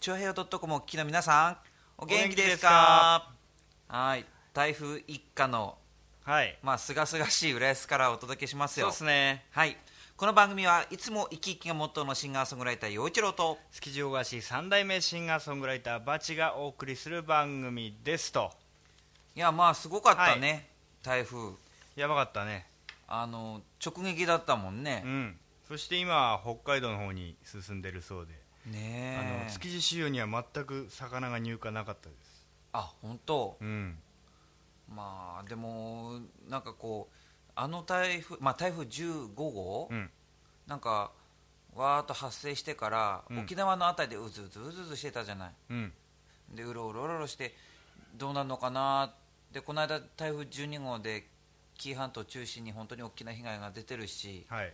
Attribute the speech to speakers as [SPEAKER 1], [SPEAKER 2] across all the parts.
[SPEAKER 1] 長平洋 .com をお聞きの皆さんお元気ですかはい台風一過の
[SPEAKER 2] はい。
[SPEAKER 1] まあすがすがしい浦安からお届けします
[SPEAKER 2] そう
[SPEAKER 1] よ
[SPEAKER 2] ですね。
[SPEAKER 1] はいこの番組はいつも生き生きがモットーのシンガーソングライター陽一郎と
[SPEAKER 2] 築地大橋三代目シンガーソングライターバチがお送りする番組ですと。
[SPEAKER 1] いやまあすごかったね、台風
[SPEAKER 2] やばかったね。
[SPEAKER 1] あの直撃だったもんね
[SPEAKER 2] う、ん。そして今北海道の方に進んでるそうで、あ
[SPEAKER 1] ね
[SPEAKER 2] の
[SPEAKER 1] え
[SPEAKER 2] 築地市場には全く魚が入荷なかったです。
[SPEAKER 1] あ本当
[SPEAKER 2] うん。
[SPEAKER 1] まあでもなんかこうあの台風まあ台風15号、
[SPEAKER 2] うん
[SPEAKER 1] なんかわーっと発生してから、
[SPEAKER 2] うん
[SPEAKER 1] 沖縄のあたりでうずうずうずうずしてたじゃない
[SPEAKER 2] うん。
[SPEAKER 1] でうろうろうろうろしてどうなるのかなでこの間台風12号で紀伊半島中心に本当に大きな被害が出てるし
[SPEAKER 2] はい。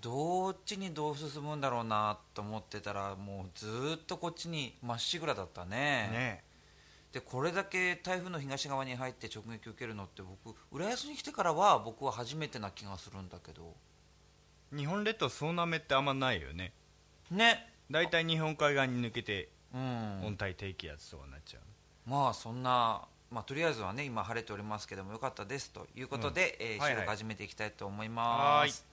[SPEAKER 1] どっちにどう進むんだろうなと思ってたらもうずーっとこっちにまっしぐらだったね
[SPEAKER 2] ね
[SPEAKER 1] でこれだけ台風の東側に入って直撃を受けるのって僕浦安に来てからは僕は初めてな気がするんだけど
[SPEAKER 2] え。日本列島そうなめってあんまないよね。
[SPEAKER 1] ね
[SPEAKER 2] だいたい日本海岸に抜けて
[SPEAKER 1] う
[SPEAKER 2] 温
[SPEAKER 1] ん
[SPEAKER 2] 帯低気圧とかになっちゃう。
[SPEAKER 1] まあそんな、まあ、とりあえずはね今晴れておりますけどもよかったですということで、えー
[SPEAKER 2] はいはい
[SPEAKER 1] 収録始めていきたいと思います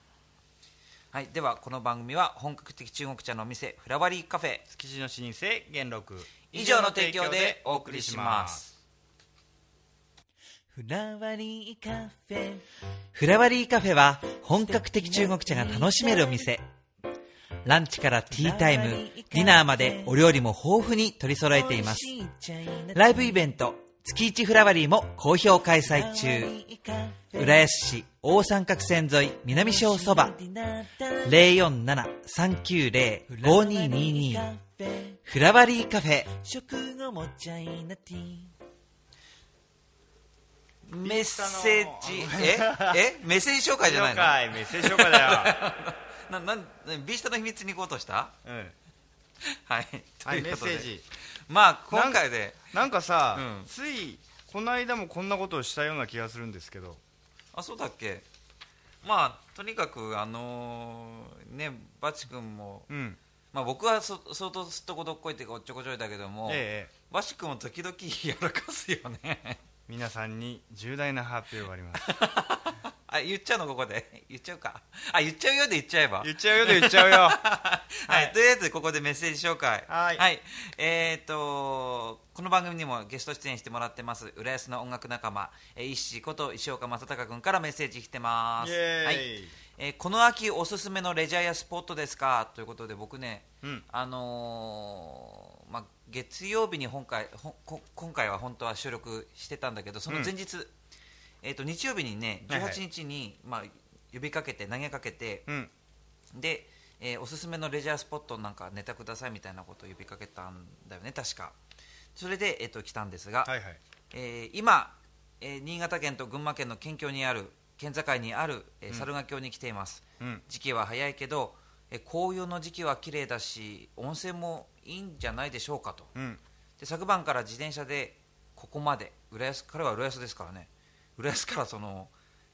[SPEAKER 1] はいではこの番組は本格的中国茶のお店フラワリーカフェ
[SPEAKER 2] 築地の老舗元禄
[SPEAKER 1] 以上の提供でお送りします
[SPEAKER 3] フラワリーカフェ。フラワリーカフェは本格的中国茶が楽しめるお店。ランチからティータイム、ディナーまでお料理も豊富に取り揃えています。ライブイベント、月一フラワリーも好評開催中。浦安市大三角線沿い南小そば047-390-5222フラワリーカフェ
[SPEAKER 4] 食後もチャイナティー
[SPEAKER 1] メッセージええメッセージ紹介じゃないの
[SPEAKER 2] 紹介メッセージ紹介だ
[SPEAKER 1] ななんビースタの秘密に行こうとした
[SPEAKER 2] よ、うん、
[SPEAKER 1] はい、
[SPEAKER 2] はい
[SPEAKER 1] と
[SPEAKER 2] メ
[SPEAKER 1] う
[SPEAKER 2] ッ
[SPEAKER 1] こと
[SPEAKER 2] セ
[SPEAKER 1] で
[SPEAKER 2] ージ
[SPEAKER 1] まあ今回で
[SPEAKER 2] なんかさ、
[SPEAKER 1] うん
[SPEAKER 2] ついこの間もこんなことをしたような気がするんですけど
[SPEAKER 1] あそうだっけまあとにかくあのーねバチ君も、
[SPEAKER 2] うん
[SPEAKER 1] まあ、僕はそ相当すっとこどっこいっていうかおっちょこちょいだけども、
[SPEAKER 2] ええええ
[SPEAKER 1] バチ君も時々やらかすよね
[SPEAKER 2] 皆さんに重大な発表があります
[SPEAKER 1] あ言っちゃうのここで言っちゃうかあ言っちゃうようで言っちゃえば
[SPEAKER 2] 言っちゃうよで言っちゃう よ
[SPEAKER 1] はい、
[SPEAKER 2] はい
[SPEAKER 1] とりあえずここでメッセージ紹介
[SPEAKER 2] はい
[SPEAKER 1] えっ、とこの番組にもゲスト出演してもらってます浦安の音楽仲間えー石井こと石岡正隆君からメッセージ来てます
[SPEAKER 2] イエーイ
[SPEAKER 1] はいえーこの秋おすすめのレジャーやスポットですかということで僕ね、
[SPEAKER 2] うん
[SPEAKER 1] あのーまあ、月曜日に本回ほんこ今回は本当は収録してたんだけどその前日、えー、と日曜日にね
[SPEAKER 2] はいはい
[SPEAKER 1] 18日に、まあ、呼びかけて投げかけて、
[SPEAKER 2] うん
[SPEAKER 1] で、えーおすすめのレジャースポットなんかネタくださいみたいなことを呼びかけたんだよね確かそれで、えっと来たんですが、
[SPEAKER 2] はいはい
[SPEAKER 1] えー今、えー新潟県と群馬県の県境にある県境にある、えー
[SPEAKER 2] うん
[SPEAKER 1] 猿ヶ京に来ています、
[SPEAKER 2] うん
[SPEAKER 1] 時期は早いけど、えー紅葉の時期は綺麗だし温泉もいいんじゃないでしょうかと
[SPEAKER 2] うん
[SPEAKER 1] で昨晩から自転車でここまで浦安彼は浦安ですからね浦安からその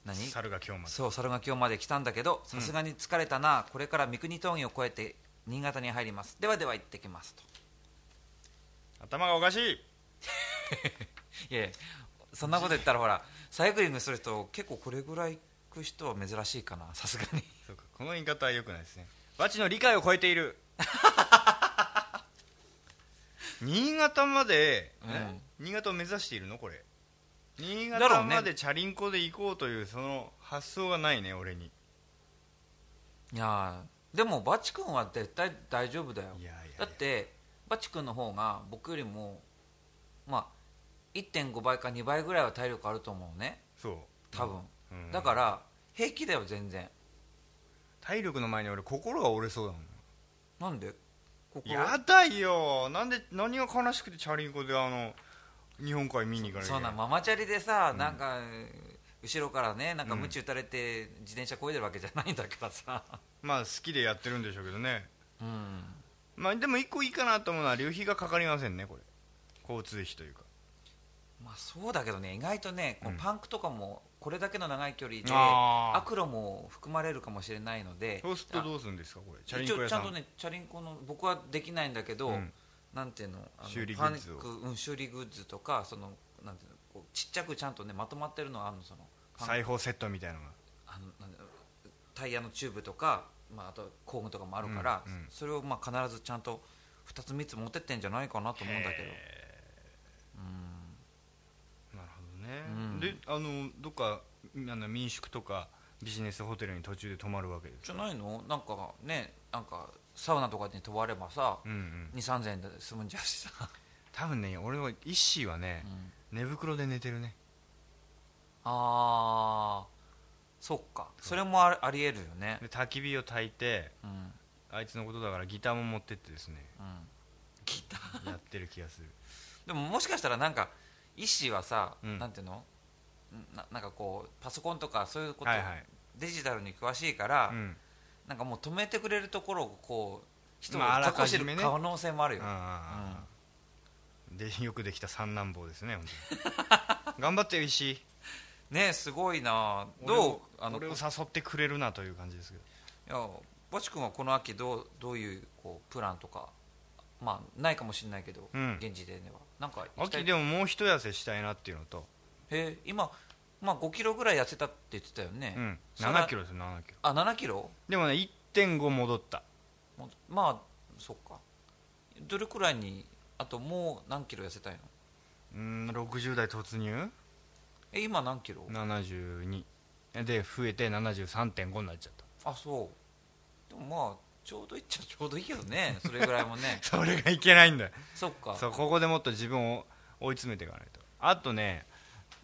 [SPEAKER 1] 何
[SPEAKER 2] 猿が今日まで
[SPEAKER 1] そう猿ヶ京まで来たんだけどさすがに疲れたな、これから三国峠を越えて新潟に入りますではでは行ってきますと
[SPEAKER 2] 頭がおかしい
[SPEAKER 1] いやいやそんなこと言ったらほらサイクリングする人結構これぐらい行く人は珍しいかなさすがに
[SPEAKER 2] そうかこの 言い方はよくないですねバチの理解を超えている 新潟まで、え新潟を目指しているのこれ新
[SPEAKER 1] だろ
[SPEAKER 2] 潟
[SPEAKER 1] うね
[SPEAKER 2] までチャリンコで行こうというその発想がないね俺に
[SPEAKER 1] いやーでもバチ君は絶対大丈夫だよ
[SPEAKER 2] いやい
[SPEAKER 1] だ
[SPEAKER 2] や
[SPEAKER 1] ってバチ君の方が僕よりもまあ1.5倍か2倍ぐらいは体力あると思うね
[SPEAKER 2] そう
[SPEAKER 1] 多分、
[SPEAKER 2] うん
[SPEAKER 1] だから平気だよ全然
[SPEAKER 2] 体力の前に俺心が折れそうだもん
[SPEAKER 1] なんでここ
[SPEAKER 2] やだよなんで何が悲しくてチャリンコであの日本海見に行かなきゃ
[SPEAKER 1] そう
[SPEAKER 2] いけ
[SPEAKER 1] な
[SPEAKER 2] なんい
[SPEAKER 1] ママチャリでさ、なんか後ろからねなんか鞭打たれて自転車こいでるわけじゃないんだからさ、
[SPEAKER 2] まあ好きでやってるんでしょうけどね
[SPEAKER 1] うん、
[SPEAKER 2] まあでも一個いいかなと思うのは旅費がかかりませんねこれ交通費というか
[SPEAKER 1] まあそうだけどね意外とねこう
[SPEAKER 2] うん
[SPEAKER 1] パンクとかもここれだけの長い距離で
[SPEAKER 2] あー
[SPEAKER 1] 悪路も含まれるかもしれないので
[SPEAKER 2] そうするとどうするんですかこれチャリン
[SPEAKER 1] 一
[SPEAKER 2] コ
[SPEAKER 1] 応
[SPEAKER 2] 屋
[SPEAKER 1] ち
[SPEAKER 2] さ
[SPEAKER 1] ゃ
[SPEAKER 2] ん
[SPEAKER 1] んとねチャリンコの僕はできないんだけど、
[SPEAKER 2] うん
[SPEAKER 1] なんていうのあの
[SPEAKER 2] 修理グッズを
[SPEAKER 1] パニックうん、修理グッズとかそのなんていうのこうちっちゃくちゃんとねまとまってるのはあるのそのパン
[SPEAKER 2] 裁縫セットみたいなのが
[SPEAKER 1] あのなんだろうタイヤのチューブとか、まあ、あと工具とかもあるから、
[SPEAKER 2] うんうん
[SPEAKER 1] それをまあ必ずちゃんと2つ3つ持ってってんじゃないかなと思うんだけど
[SPEAKER 2] なるほどね、
[SPEAKER 1] うん
[SPEAKER 2] であのどっかあの民宿とかビジネスホテルに途中で泊まるわけです
[SPEAKER 1] じゃ
[SPEAKER 2] か
[SPEAKER 1] ないのなんかねなんかサウナとかに泊まればさ、
[SPEAKER 2] うんうん
[SPEAKER 1] 2 3 0 0円で済むんじゃうし さ、
[SPEAKER 2] 多分ね俺はイッシーはね、寝袋で寝てるね
[SPEAKER 1] ああそっかそれもありありえるよね
[SPEAKER 2] で焚き火を焚いて
[SPEAKER 1] うんうん
[SPEAKER 2] あいつのことだからギターも持ってってですね
[SPEAKER 1] ギター
[SPEAKER 2] やってる気が する
[SPEAKER 1] でももしかしたらなんか医師はさ、
[SPEAKER 2] うん
[SPEAKER 1] なんていうのんななんかこうパソコンとかそういうこと、
[SPEAKER 2] はいはい、
[SPEAKER 1] デジタルに詳しいから、
[SPEAKER 2] うん、
[SPEAKER 1] なんかもう止めてくれるところをこう人
[SPEAKER 2] まああ
[SPEAKER 1] が
[SPEAKER 2] ら
[SPEAKER 1] 確
[SPEAKER 2] か
[SPEAKER 1] 保し
[SPEAKER 2] じ
[SPEAKER 1] て
[SPEAKER 2] めね
[SPEAKER 1] る可能性もあるよ、
[SPEAKER 2] あーでよくできた三男坊ですね本当 に頑張ってよ石井
[SPEAKER 1] ねすごいな
[SPEAKER 2] 俺
[SPEAKER 1] どう
[SPEAKER 2] を
[SPEAKER 1] あの
[SPEAKER 2] 俺を
[SPEAKER 1] い
[SPEAKER 2] 誘ってくれるなという感じですけど
[SPEAKER 1] やぼち君はこの秋どうどういうこうプランとかまあないかもしれないけど、
[SPEAKER 2] うん
[SPEAKER 1] 現時点ではなんか行きたい
[SPEAKER 2] 秋でももう一痩せしたいなっていうのと、
[SPEAKER 1] へえ今、まあ、5キロぐらい痩せたって言ってたよね、
[SPEAKER 2] うん、
[SPEAKER 1] それは
[SPEAKER 2] 7キロですよ7キロ
[SPEAKER 1] あ7キロ
[SPEAKER 2] でもね1.5戻った
[SPEAKER 1] もうまあそっかどれくらいにあともう何キロ痩せたいの
[SPEAKER 2] うん60代突入
[SPEAKER 1] え今何キロ
[SPEAKER 2] 72で増えて73.5になっちゃっ
[SPEAKER 1] あそうでもまあちょうどいいっちゃちょうどいいけどねそれぐらいもね
[SPEAKER 2] たそれがいけないんだよ
[SPEAKER 1] そっか
[SPEAKER 2] そうここでもっと自分を追い詰めていかないとあとね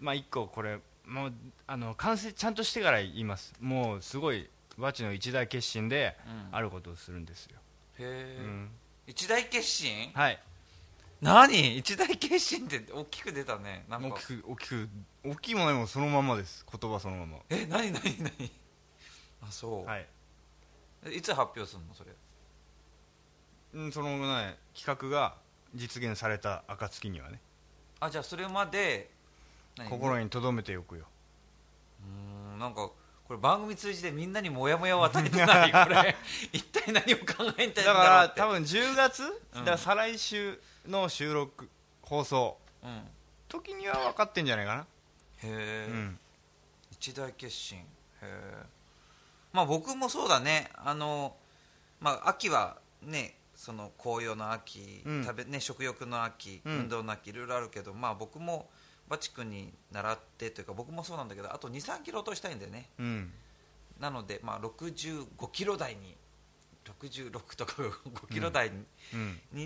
[SPEAKER 2] まあ1個これもうあの完成ちゃんとしてから言いますもうすごいバチの一大決心で
[SPEAKER 1] うん
[SPEAKER 2] あることをするんですよ、
[SPEAKER 1] へえ、
[SPEAKER 2] うん
[SPEAKER 1] 一大決心
[SPEAKER 2] はい
[SPEAKER 1] 何一大決心って大きく出たねなん
[SPEAKER 2] 大
[SPEAKER 1] か
[SPEAKER 2] きく大きく大きいもないもそのままです言葉そのまま
[SPEAKER 1] え何何何 あそう、
[SPEAKER 2] はい、
[SPEAKER 1] い、つ発表するのそれ
[SPEAKER 2] うん、そのね企画が実現された暁にはね
[SPEAKER 1] あじゃあそれまで何
[SPEAKER 2] 心に留めておくよ
[SPEAKER 1] うーんなんかこれ番組通じてみんなにモヤモヤを与えてないこ れ一体何を考えて
[SPEAKER 2] だ
[SPEAKER 1] んだろ
[SPEAKER 2] か
[SPEAKER 1] う
[SPEAKER 2] ら
[SPEAKER 1] って
[SPEAKER 2] 多分10月、
[SPEAKER 1] うん
[SPEAKER 2] だから再来週の収録放送
[SPEAKER 1] うん、へ
[SPEAKER 2] 時には分かってんじゃないか
[SPEAKER 1] え
[SPEAKER 2] な、、うん、
[SPEAKER 1] 一大決心へえまあ僕もそうだねあのまあ秋はねその紅葉の秋、
[SPEAKER 2] うん
[SPEAKER 1] 食べね、食欲の秋、
[SPEAKER 2] うん
[SPEAKER 1] 運動の秋いろいろあるけど、まあ、僕もバチ君に習ってというか僕もそうなんだけどあと2 3キロ落としたいんだよね
[SPEAKER 2] うん、
[SPEAKER 1] なので、まあ、6 5キロ台に66とか5キロ台に,、
[SPEAKER 2] う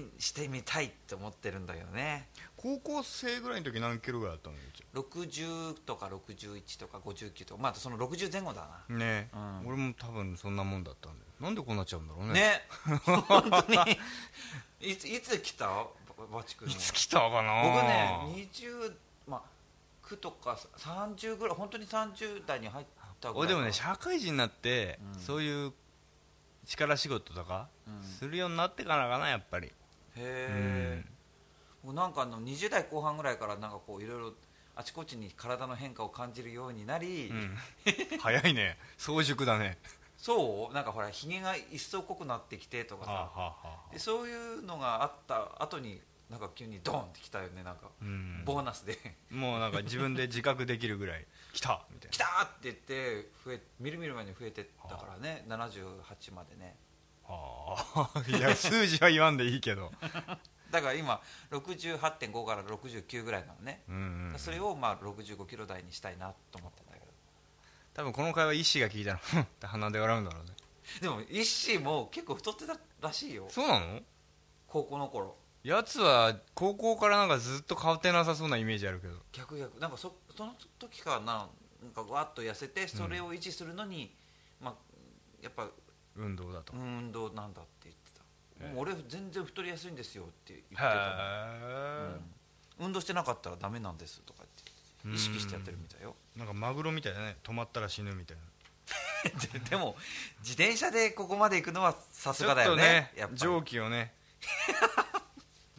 [SPEAKER 2] ん、
[SPEAKER 1] してみたいって思ってるんだけどね
[SPEAKER 2] 高校生ぐらいの時何キロぐらいだったのようち
[SPEAKER 1] 60とか61とか59とか、まあ、あとその60前後だな
[SPEAKER 2] ね、
[SPEAKER 1] うん
[SPEAKER 2] 俺も多分そんなもんだったんだよなんでこうなっちゃうんだろうね
[SPEAKER 1] ね本当にいついつ来たばバチ君
[SPEAKER 2] いつ来たかな
[SPEAKER 1] 僕ね20まあ9とか30ぐらい本当に30代に入ったぐらい
[SPEAKER 2] 俺でもね
[SPEAKER 1] か
[SPEAKER 2] 社会人になって、
[SPEAKER 1] うん
[SPEAKER 2] そういう力仕事とか
[SPEAKER 1] うん
[SPEAKER 2] するようになってからかなやっぱり
[SPEAKER 1] へえ、僕なんかあの20代後半ぐらいからなんかこういろいろあちこちに体の変化を感じるようになり、
[SPEAKER 2] うん 早いね早熟だね
[SPEAKER 1] そうなんかほらひげが一層濃くなってきてとかさ、
[SPEAKER 2] はあはあはあはあ
[SPEAKER 1] でそういうのがあった後になんか急にドンってきたよねなんか、
[SPEAKER 2] うん
[SPEAKER 1] ボーナスで
[SPEAKER 2] もうなんか自分で自覚できるぐらい来たみた い
[SPEAKER 1] 来たーって言って増えみるみる前に増えてったからね78までね
[SPEAKER 2] なはあ いや数字は言わんでいいけど
[SPEAKER 1] だから今68.5から69ぐらいなのね、
[SPEAKER 2] うんうん
[SPEAKER 1] それをまあ65キロ台にしたいなと思ったんだけど
[SPEAKER 2] 多分この会話医師が聞いたらふんって鼻で笑うんだろうね
[SPEAKER 1] でも一心も結構太ってたらしいよ
[SPEAKER 2] そうなの
[SPEAKER 1] 高校の頃
[SPEAKER 2] やつは高校からなんかずっと変わってなさそうなイメージあるけど
[SPEAKER 1] 逆逆なんかそその時からななんかわっと痩せてそれを維持するのに、まあやっぱ
[SPEAKER 2] 運動だと
[SPEAKER 1] 運動なんだって言ってた、
[SPEAKER 2] ええ
[SPEAKER 1] もう俺全然太りやすいんですよって言って
[SPEAKER 2] へ
[SPEAKER 1] たの、
[SPEAKER 2] え、
[SPEAKER 1] うん運動してなかったらダメなんですとか言って意識してやってるみたいよ
[SPEAKER 2] なんかマグロみたいだね止まったら死ぬみたいな
[SPEAKER 1] ででも自転車でここまで行くのはさす
[SPEAKER 2] ちょ
[SPEAKER 1] が
[SPEAKER 2] っ
[SPEAKER 1] だよ
[SPEAKER 2] と
[SPEAKER 1] ね
[SPEAKER 2] ね
[SPEAKER 1] やっぱり
[SPEAKER 2] 蒸気をね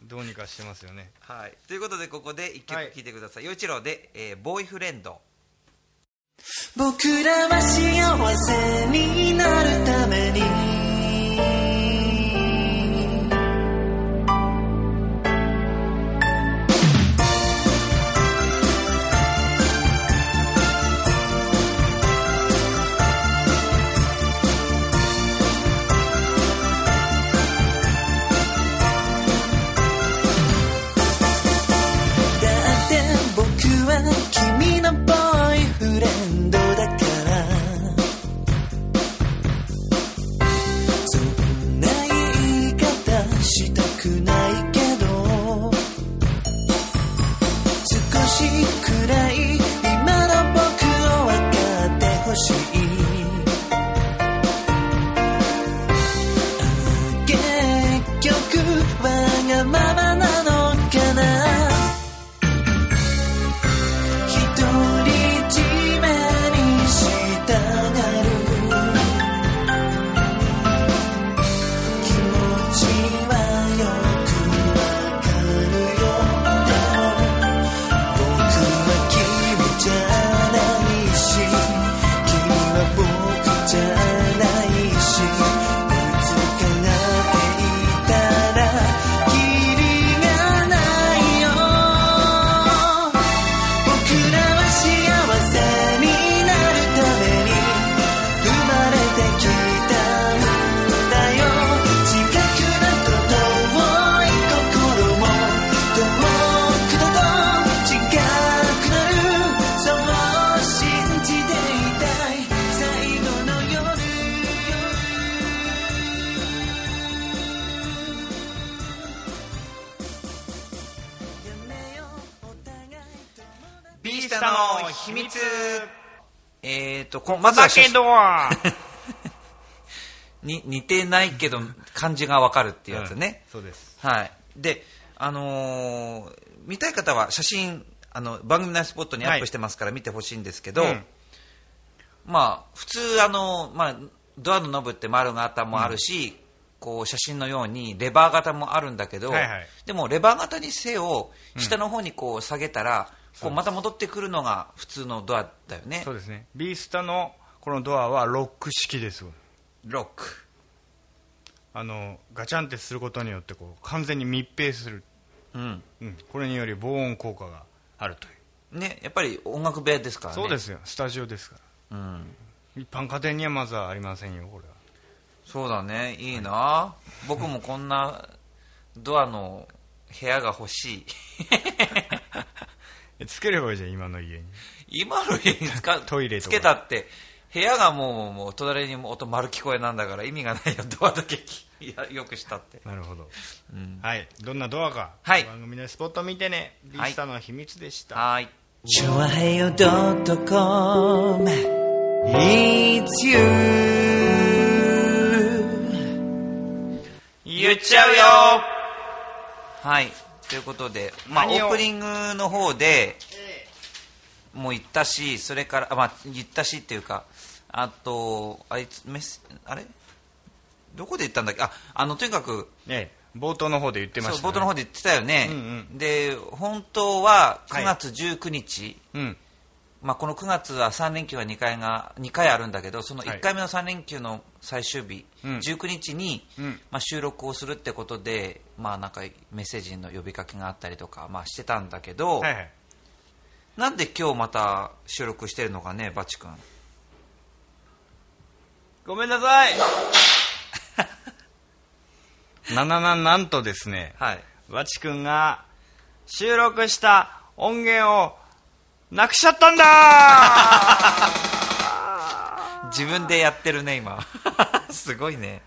[SPEAKER 2] どうにかしてますよね
[SPEAKER 1] はい、ということでここで一曲
[SPEAKER 2] はい
[SPEAKER 1] 聴いてください、与一郎で、えーボーイフレンド」
[SPEAKER 4] 僕らは幸せになるためにだって僕は君のボーイフレンドだからそんな言い方したくないけど少しくらい今の僕を分かってほしい結局わがままなのかな独り占めにしたがる気持ちはよくわかるよ僕は君じゃないし君は僕じゃないしぶつかっていたらキリがないよ僕らは幸せになるために生まれたんだよ近くだと遠い心も遠くだと近くなるそう信じていたい最後の夜やめようお互い友達
[SPEAKER 1] ビースタの秘密えーとこまずは
[SPEAKER 2] だけど
[SPEAKER 1] に似てないけど漢字がわかるっていうやつね、
[SPEAKER 2] そうです
[SPEAKER 1] はいであのー見たい方は写真あの番組のスポットにアップしてますから見てほしいんですけど、
[SPEAKER 2] うん
[SPEAKER 1] まあ普通あの、まあ、ドアのノブって丸型もあるし、こう写真のようにレバー型もあるんだけど、
[SPEAKER 2] はいはい
[SPEAKER 1] でもレバー型にせよ下の方にこう下げたら、こうまた戻ってくるのが普通のドアだよね
[SPEAKER 2] そうですねビースタのこのドアはロック式です
[SPEAKER 1] ロック
[SPEAKER 2] あのガチャンってすることによってこう完全に密閉する、
[SPEAKER 1] うん
[SPEAKER 2] うん、これにより防音効果があるという
[SPEAKER 1] ね、やっぱり音楽部屋ですからね
[SPEAKER 2] そうですよスタジオですから
[SPEAKER 1] うん、
[SPEAKER 2] 一般家庭にはまずはありませんよこれは
[SPEAKER 1] そうだねいいな、僕もこんなドアの部屋が欲し い
[SPEAKER 2] えつければいいじゃん今の家に
[SPEAKER 1] 今の家につか
[SPEAKER 2] トイレと
[SPEAKER 1] つ
[SPEAKER 2] か
[SPEAKER 1] けたって部屋がもうもう隣に音丸聞こえなんだから意味がないよドアだけいやよくしたって、
[SPEAKER 2] なるほど、
[SPEAKER 1] うん、
[SPEAKER 2] はいどんなドアか、
[SPEAKER 1] はい
[SPEAKER 2] 番組のスポット見てねビースタの秘密でした、
[SPEAKER 1] はーい
[SPEAKER 4] チョアヘヨドットコム It's you
[SPEAKER 1] 言っちゃうよはいということで、まあ、オ
[SPEAKER 2] 何を
[SPEAKER 1] ープニングの方でもう言ったしそれからあまあ言ったしっていうかあとあいつメッセあれどこで言ったんだっけああのとにかく
[SPEAKER 2] ええ冒頭の方で言ってました、
[SPEAKER 1] そう冒頭の方
[SPEAKER 2] で
[SPEAKER 1] で言ってたよね、
[SPEAKER 2] うん
[SPEAKER 1] で本当は
[SPEAKER 2] は
[SPEAKER 1] 9
[SPEAKER 2] い
[SPEAKER 1] 月19日、
[SPEAKER 2] うん
[SPEAKER 1] まあ、この9月は3連休が2回が2回あるんだけどその
[SPEAKER 2] はい
[SPEAKER 1] 1回目の3連休の最終日、
[SPEAKER 2] うん
[SPEAKER 1] 19日に、
[SPEAKER 2] うん
[SPEAKER 1] まあ、収録をするってことで、まあ、なんかメッセージの呼びかけがあったりとか、まあ、してたんだけど、
[SPEAKER 2] はいはい
[SPEAKER 1] なんで今日また収録してるのかねバチ君
[SPEAKER 2] ごめんなさい ななななんとですね
[SPEAKER 1] はい
[SPEAKER 2] わちくんが収録した音源をなくしちゃったんだ
[SPEAKER 1] 自分でやってるね今 すごいね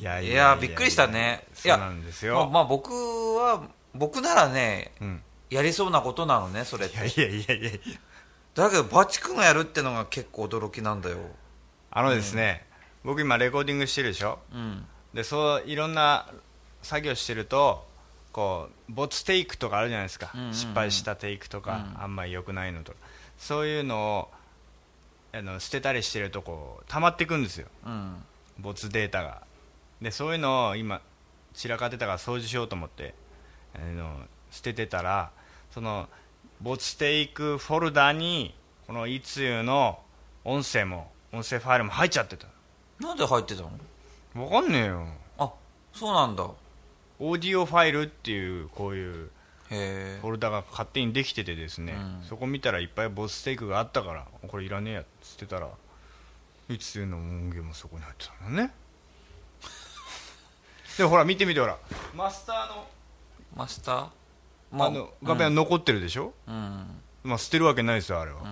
[SPEAKER 2] い や
[SPEAKER 1] いやびっくりしたねい
[SPEAKER 2] そう
[SPEAKER 1] や
[SPEAKER 2] なんです
[SPEAKER 1] まあ、
[SPEAKER 2] よ、
[SPEAKER 1] まあ僕は僕ならね
[SPEAKER 2] うん、
[SPEAKER 1] やりそうなことなのねそれっ
[SPEAKER 2] いやい
[SPEAKER 1] て
[SPEAKER 2] やいやいや
[SPEAKER 1] だけどバチ君がやるってのが結構驚きなんだよ
[SPEAKER 2] あのですね、僕今レコーディングしてるでしょ
[SPEAKER 1] うん
[SPEAKER 2] でそういろんな作業してるとこうボツテイクとかあるじゃないですか、
[SPEAKER 1] うんうんうん
[SPEAKER 2] 失敗したテイクとか、
[SPEAKER 1] うん
[SPEAKER 2] あんまり良くないのとかそういうのをあの捨てたりしてるとこう溜まっていくんですよ
[SPEAKER 1] うん
[SPEAKER 2] ボツデータがでそういうのを今散らかってたから掃除しようと思ってあの捨ててたらそのボツテイクフォルダにこのいつゆの音声も音声ファイルも入っちゃってた
[SPEAKER 1] なんで入ってたの
[SPEAKER 2] わかんねえよ
[SPEAKER 1] あそうなんだ
[SPEAKER 2] オーディオファイルっていうこういう
[SPEAKER 1] へ
[SPEAKER 2] フォルダが勝手にできててですね、
[SPEAKER 1] うん
[SPEAKER 2] そこ見たらいっぱいボステイクがあったからこれいらねえやっつってたらいつゆの音源もそこに入ってたの ねでほら見てみてほらマスターの
[SPEAKER 1] えマスターま
[SPEAKER 2] あの画面は残ってるでしょ、
[SPEAKER 1] うん、うん
[SPEAKER 2] まあ捨てるわけないですよあれは、だか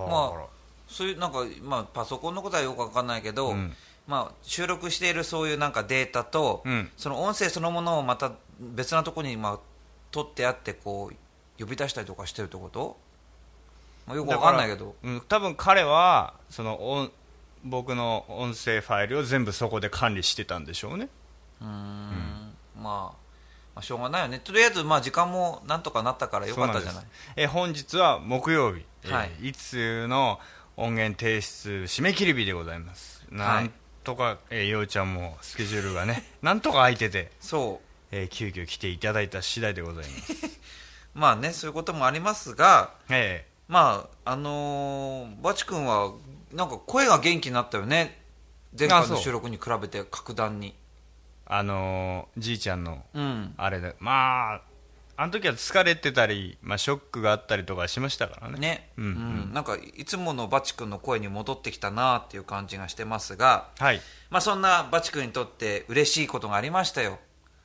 [SPEAKER 2] ら、
[SPEAKER 1] まあそういうなんか、まあ、パソコンのことはよくわかんないけど、
[SPEAKER 2] うん
[SPEAKER 1] まあ、収録しているそういうなんかデータと、
[SPEAKER 2] うん
[SPEAKER 1] その音声そのものをまた別なところに、まあ、取ってあってこう呼び出したりとかしてるってこと、まあ、よくわかんないけど
[SPEAKER 2] だからうん、多分彼はその音僕の音声ファイルを全部そこで管理してたんでしょうね
[SPEAKER 1] うーんまあ、まあしょうがないよねとりあえずまあ時間もなんとかなったからよかったじゃ
[SPEAKER 2] そう
[SPEAKER 1] なんい
[SPEAKER 2] ですえ本日は木曜日、えー
[SPEAKER 1] はい
[SPEAKER 2] いつの音源提出締め切り日でございますなんとか、えーようちゃんもスケジュールがね なんとか空いてて、
[SPEAKER 1] そう
[SPEAKER 2] えー急遽来ていただいた次第でございます、
[SPEAKER 1] まあねそういうこともありますが
[SPEAKER 2] え
[SPEAKER 1] まああのーバチ君はなんか声が元気になったよね前
[SPEAKER 2] あ
[SPEAKER 1] 回
[SPEAKER 2] そ
[SPEAKER 1] の
[SPEAKER 2] う
[SPEAKER 1] 収録に比べて格段に
[SPEAKER 2] ーあのーじいちゃんの
[SPEAKER 1] うん
[SPEAKER 2] あれでまああの時は疲れてたり、まあ、ショックがあったりとかしましたからね
[SPEAKER 1] ね、
[SPEAKER 2] うん
[SPEAKER 1] うんなんかいつものバチ君の声に戻ってきたなっていう感じがしてますが、
[SPEAKER 2] はい
[SPEAKER 1] まあ、そんなバチ君にとって嬉しいことがありましたよ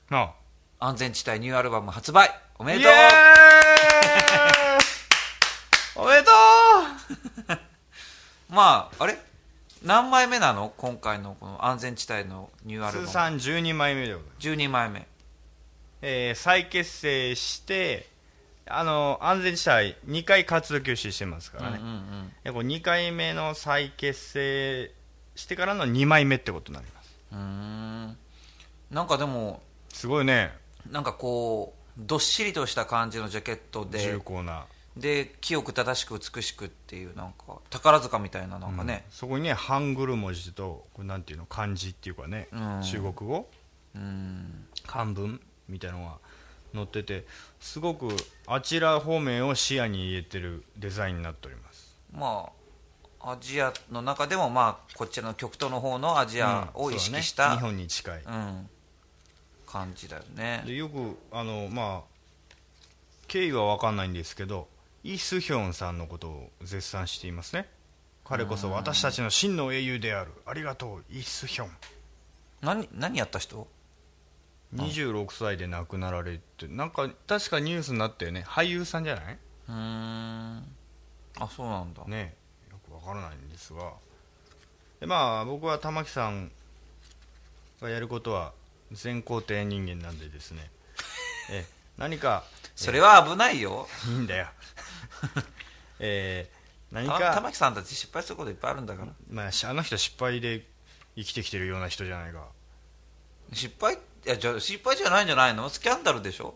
[SPEAKER 2] あ
[SPEAKER 1] 安全地帯ニューアルバム発売おめでとう
[SPEAKER 2] イエ ーイおめでと
[SPEAKER 1] まああれ何枚目なの今回のこの安全地帯のニューアル
[SPEAKER 2] う通
[SPEAKER 1] バム
[SPEAKER 2] 算12枚目でございます、
[SPEAKER 1] 12枚目
[SPEAKER 2] えー再結成してあの安全地帯2回活動休止してますからね、
[SPEAKER 1] うんうんうん
[SPEAKER 2] でこれ2回目の再結成してからの2枚目ってことになります
[SPEAKER 1] うーんなんかでも
[SPEAKER 2] すごいね
[SPEAKER 1] なんかこうどっしりとした感じのジャケット
[SPEAKER 2] 重
[SPEAKER 1] で
[SPEAKER 2] 厚な、
[SPEAKER 1] で清く正しく美しくっていうなんか宝塚みたいななんかね、
[SPEAKER 2] そこにねハングル文字とこれなんていうの漢字っていうかね、
[SPEAKER 1] うん
[SPEAKER 2] 中国語
[SPEAKER 1] うん
[SPEAKER 2] 漢文みたいなのが載っててすごくあちら方面を視野に入れてるデザインになっております
[SPEAKER 1] まあアジアの中でもまあこっちらの極東の方のアジアを
[SPEAKER 2] うん
[SPEAKER 1] 意識し
[SPEAKER 2] そう
[SPEAKER 1] た、
[SPEAKER 2] だね日本に近い、
[SPEAKER 1] うん感じだよね
[SPEAKER 2] でよくあのまあ経緯は分かんないんですけどイ・スヒョンさんのことを絶賛していますね彼こそ私たちの真の英雄であるありがとうイ・スヒョン
[SPEAKER 1] 何何やった人
[SPEAKER 2] 26歳で亡くなられてなんか確かニュースになったよね俳優さんじゃないう
[SPEAKER 1] ーんあそうなんだ、
[SPEAKER 2] ねよくわからないんですがでまあ僕は玉木さんがやることは全肯定人間なんでですねえ何か
[SPEAKER 1] それは危ないよ
[SPEAKER 2] いいんだよ えー何
[SPEAKER 1] た玉
[SPEAKER 2] か、
[SPEAKER 1] 木さんたち失敗することいっぱいあるんだから
[SPEAKER 2] まあ、しあの人失敗で生きてきてるような人じゃないか
[SPEAKER 1] 失敗いやじゃ失敗じゃないんじゃないのスキャンダルでしょ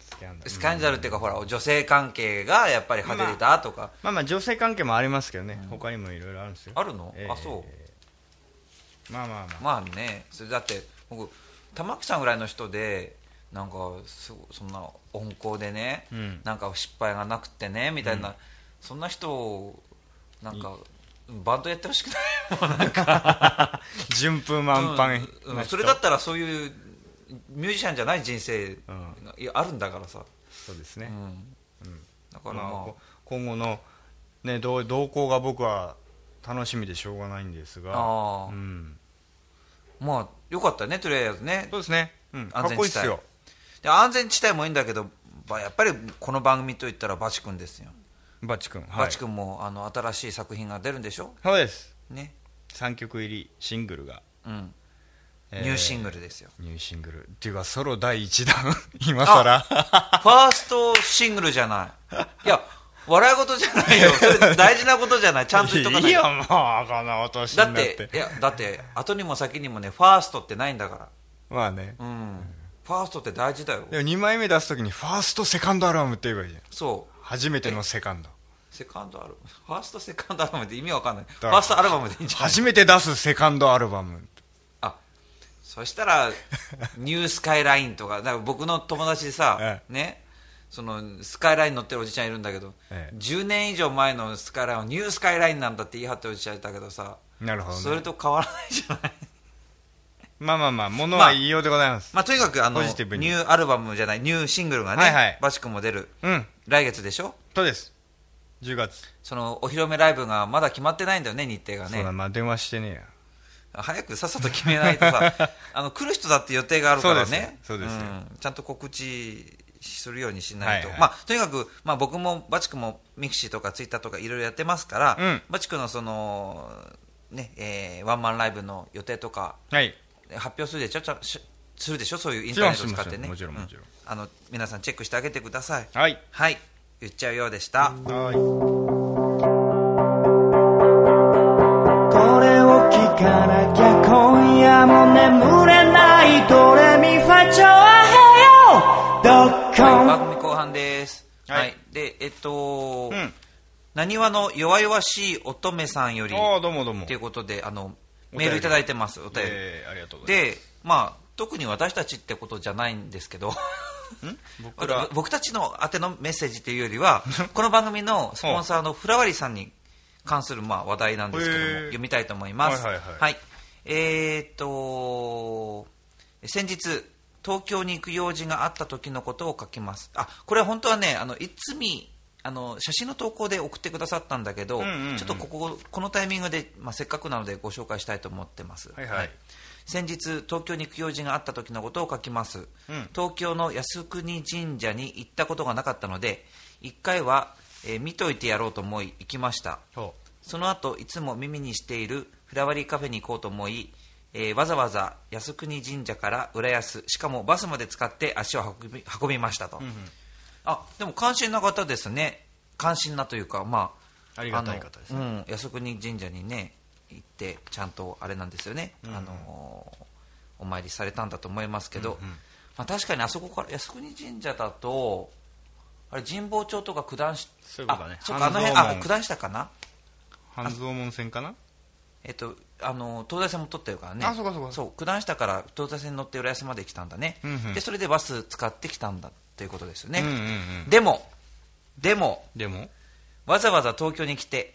[SPEAKER 2] スキャンダル
[SPEAKER 1] スキャンダルっていうか、ほら女性関係がやっぱり派手だとか、
[SPEAKER 2] まあまあ女性関係もありますけどね、他にもいろいろあるんですよ
[SPEAKER 1] あるの
[SPEAKER 2] え
[SPEAKER 1] あそ
[SPEAKER 2] まあまあまあ、
[SPEAKER 1] まあねそれだって僕玉木さんぐらいの人でなんかすごそんな温厚でね、
[SPEAKER 2] うん
[SPEAKER 1] なんか失敗がなくてねみたいな、そんな人をなんかバンドやってほしくないもんなんか
[SPEAKER 2] 順風満帆な人、
[SPEAKER 1] うんうんそれだったらそういうミュージシャンじゃない人生が、
[SPEAKER 2] うん
[SPEAKER 1] いやあるんだからさ、
[SPEAKER 2] そうです
[SPEAKER 1] う
[SPEAKER 2] ね、
[SPEAKER 1] ん、だから
[SPEAKER 2] まあ
[SPEAKER 1] まあ
[SPEAKER 2] こ今後の、ね、動動向が僕は楽しみでしょうがないんですが
[SPEAKER 1] あー
[SPEAKER 2] うん、
[SPEAKER 1] まあよかったねとりあえずね
[SPEAKER 2] そうですね、うん、か
[SPEAKER 1] 安全地帯
[SPEAKER 2] っこいいっすよ
[SPEAKER 1] で安全地帯もいいんだけどばやっぱりこの番組といったらバチ君ですよ、
[SPEAKER 2] バチ君、はい、
[SPEAKER 1] バチ君もあの新しい作品が出るんでしょ
[SPEAKER 2] そうです
[SPEAKER 1] ね
[SPEAKER 2] 3曲入りシングルが、
[SPEAKER 1] うん、
[SPEAKER 2] えー
[SPEAKER 1] ニューシングルですよ
[SPEAKER 2] ニューシングルっていうかソロ第1弾 今さら
[SPEAKER 1] ファーストシングルじゃないいや笑い事じゃない よそれ大事なことじゃないちゃんと言っとかない
[SPEAKER 2] いいよもうこの落としに
[SPEAKER 1] だ
[SPEAKER 2] な
[SPEAKER 1] っ
[SPEAKER 2] って
[SPEAKER 1] ていやだって後にも先にもねファーストってないんだか
[SPEAKER 2] まあね、
[SPEAKER 1] らうんファーストって大事だよ
[SPEAKER 2] でも2枚目出す時にファーストセカンドアルバムって言えばいいじゃん
[SPEAKER 1] そう
[SPEAKER 2] 初めてのセカンド
[SPEAKER 1] セカンドアルファーストセカンドアルバムって意味わかんないフ
[SPEAKER 2] から
[SPEAKER 1] ァーストアルバムでいいんじゃない
[SPEAKER 2] 初めて出すセカンドアルバム
[SPEAKER 1] あそしたらニュースカイラインとかだから僕の友達でさ、
[SPEAKER 2] え
[SPEAKER 1] ねそのスカイライン乗ってるおじちゃんいるんだけど、
[SPEAKER 2] ええ
[SPEAKER 1] 10年以上前のスカイラインをニュースカイラインなんだって言い張ってるおじちゃんいたけどさ
[SPEAKER 2] なるほどね
[SPEAKER 1] それと変わらないじゃ ない
[SPEAKER 2] まあまあまあ、もの
[SPEAKER 1] ま
[SPEAKER 2] は
[SPEAKER 1] あ
[SPEAKER 2] 言いようでございます。
[SPEAKER 1] まあとにかくあの
[SPEAKER 2] ポ
[SPEAKER 1] ニ
[SPEAKER 2] ジティブに
[SPEAKER 1] ューアルバムじゃないニューシングルがね、
[SPEAKER 2] はいはい
[SPEAKER 1] バシ君も出る
[SPEAKER 2] うん、
[SPEAKER 1] 来月でしょ
[SPEAKER 2] そうです。10月。
[SPEAKER 1] そのお披露目ライブがまだ決まってないんだよね日程が
[SPEAKER 2] そうだ、
[SPEAKER 1] ね
[SPEAKER 2] まあ電話してねえや。
[SPEAKER 1] 早くさっさと決めないとさ あの来る人だって予定があるからね
[SPEAKER 2] そうですそうです
[SPEAKER 1] んちゃんと告知するようにしないと、
[SPEAKER 2] はいはい
[SPEAKER 1] まあ、とにかく、まあ、僕もバチ君もミクシーとかツイッターとかいろいろやってますから、
[SPEAKER 2] うん
[SPEAKER 1] バチ君のその、ねえーワンマンライブの予定とか
[SPEAKER 2] はい。
[SPEAKER 1] 発表するでしょちゃしするでしょそういうインターネットを
[SPEAKER 2] しま
[SPEAKER 1] 使
[SPEAKER 2] す
[SPEAKER 1] ってね
[SPEAKER 2] もちろんもちろん
[SPEAKER 1] うあの皆さんチェックしてあげてください
[SPEAKER 2] はい。
[SPEAKER 1] はい言っちゃうようでした
[SPEAKER 2] はい。
[SPEAKER 4] これを聞かなきゃ今夜も眠れないドレミファチョアヘヨドッ
[SPEAKER 1] はい、
[SPEAKER 4] コン
[SPEAKER 1] 番組後半です。は、
[SPEAKER 2] はいい
[SPEAKER 1] で、えっと
[SPEAKER 2] うん、
[SPEAKER 1] なにわの弱々しい乙女さんより、
[SPEAKER 2] ああ、
[SPEAKER 1] と
[SPEAKER 2] どうもどうも。
[SPEAKER 1] いうことで、あの、
[SPEAKER 2] お便り
[SPEAKER 1] メールいただいてます、お便り。
[SPEAKER 2] えーありがとうござい
[SPEAKER 1] で、まあ、特に私たちってことじゃないんですけど、
[SPEAKER 2] ます。僕ら、
[SPEAKER 1] 僕たちの宛てのメッセージっていうより は、この番組のスポンサーのフラワリーさんに関するまあ話題なんですけども、
[SPEAKER 2] へえ
[SPEAKER 1] 読みたいと思います。
[SPEAKER 2] はいはいはい
[SPEAKER 1] えーっと、先日、東京に行く用事があった時のことを書きます。あ、これは本当はね、あの、いつみ、あの写真の投稿で送ってくださったんだけど、
[SPEAKER 2] んうんうん
[SPEAKER 1] ちょっとこここのタイミングで、まあ、せっかくなのでご紹介したいと思ってます、
[SPEAKER 2] はいはい
[SPEAKER 1] 先日東京に行く用事があった時のことを書きます、東京の靖国神社に行ったことがなかったので一回は、えー見といてやろうと思い行きました
[SPEAKER 2] そ
[SPEAKER 1] その後いつも耳にしているフラワリーカフェに行こうと思い、えーわざわざ靖国神社から浦安しかもバスまで使って足を運び運びましたと、あでも関心な方ですね関心なというかまあ
[SPEAKER 2] ありがたい方ですね
[SPEAKER 1] あのうん、靖国神社にね行ってちゃんとあれなんですよね、あのーお参りされたんだと思いますけど、まあ、確かにあそこから靖国神社だとあれ神保町とか九段下
[SPEAKER 2] そういうことだね
[SPEAKER 1] あそうかあの辺
[SPEAKER 2] 半蔵
[SPEAKER 1] あ
[SPEAKER 2] 門
[SPEAKER 1] 九段下かな
[SPEAKER 2] う。半蔵門線かな
[SPEAKER 1] えっと、あの東大線も取ってるからね
[SPEAKER 2] あそうかそうか
[SPEAKER 1] 九段下から東大線に乗って浦安まで来たんだね、
[SPEAKER 2] うんうん
[SPEAKER 1] でそれでバス使ってきたんだということですよね、
[SPEAKER 2] うんうんうん
[SPEAKER 1] でもでも
[SPEAKER 2] でも
[SPEAKER 1] わざわざ東京に来て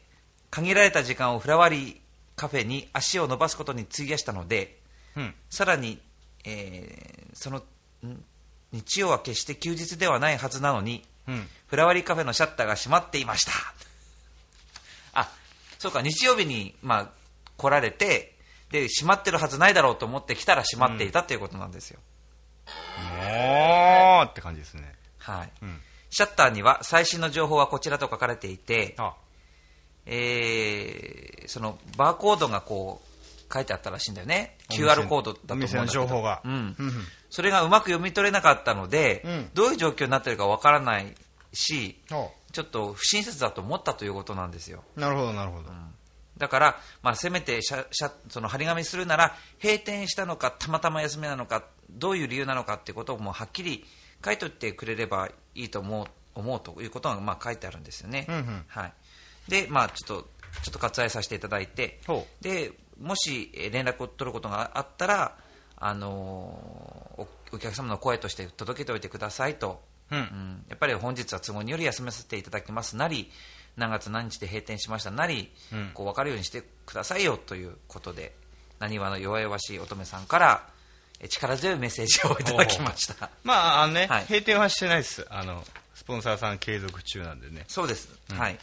[SPEAKER 1] 限られた時間をフラワリーカフェに足を伸ばすことに費やしたので
[SPEAKER 2] うん。
[SPEAKER 1] さらに、えーそのん日曜は決して休日ではないはずなのに、
[SPEAKER 2] うん。
[SPEAKER 1] フラワリーカフェのシャッターが閉まっていました。あ、そうか、日曜日に、まあ、来られて、で、閉まってるはずないだろうと思って来たら閉まっていたということなんですよ。
[SPEAKER 2] もうって感じですね。
[SPEAKER 1] はい。
[SPEAKER 2] うん。
[SPEAKER 1] シャッターには最新の情報はこちらと書かれていて、
[SPEAKER 2] あ、
[SPEAKER 1] えーそのバーコードがこう書いてあったらしいんだよね
[SPEAKER 2] お店
[SPEAKER 1] QR コードだと思うんだけど
[SPEAKER 2] お店の情報が
[SPEAKER 1] うん
[SPEAKER 2] うんうん、
[SPEAKER 1] それがうまく読み取れなかったので、
[SPEAKER 2] うん
[SPEAKER 1] どういう状況になってるかわからないし
[SPEAKER 2] あ
[SPEAKER 1] ちょっと不親切だと思ったということなんですよ
[SPEAKER 2] なるほどなるほど。
[SPEAKER 1] だから、まあ、せめてしゃしゃその張り紙するなら閉店したのかたまたま休みなのかどういう理由なのかっていうことをもうはっきり書いといてくれればいいと思う思うということがまあ書いてあるんですよね。
[SPEAKER 2] うんうん
[SPEAKER 1] はい、で、まあ、ちょっとちょっと割愛させていただいて
[SPEAKER 2] ほ
[SPEAKER 1] でもしえー連絡を取ることがあったら、あのーおお客様の声として届けておいてくださいと
[SPEAKER 2] うん
[SPEAKER 1] うんやっぱり本日は都合により休ませていただきますなり何月何日で閉店しましたなり、
[SPEAKER 2] うん
[SPEAKER 1] こう分かるようにしてくださいよということでなにわの弱々しい乙女さんからえ力強いメッセージをいただきました
[SPEAKER 2] まあ、あのね、
[SPEAKER 1] はい
[SPEAKER 2] 閉店はしてないです。あの、スポンサーさん継続中なんでね。
[SPEAKER 1] そうです、はい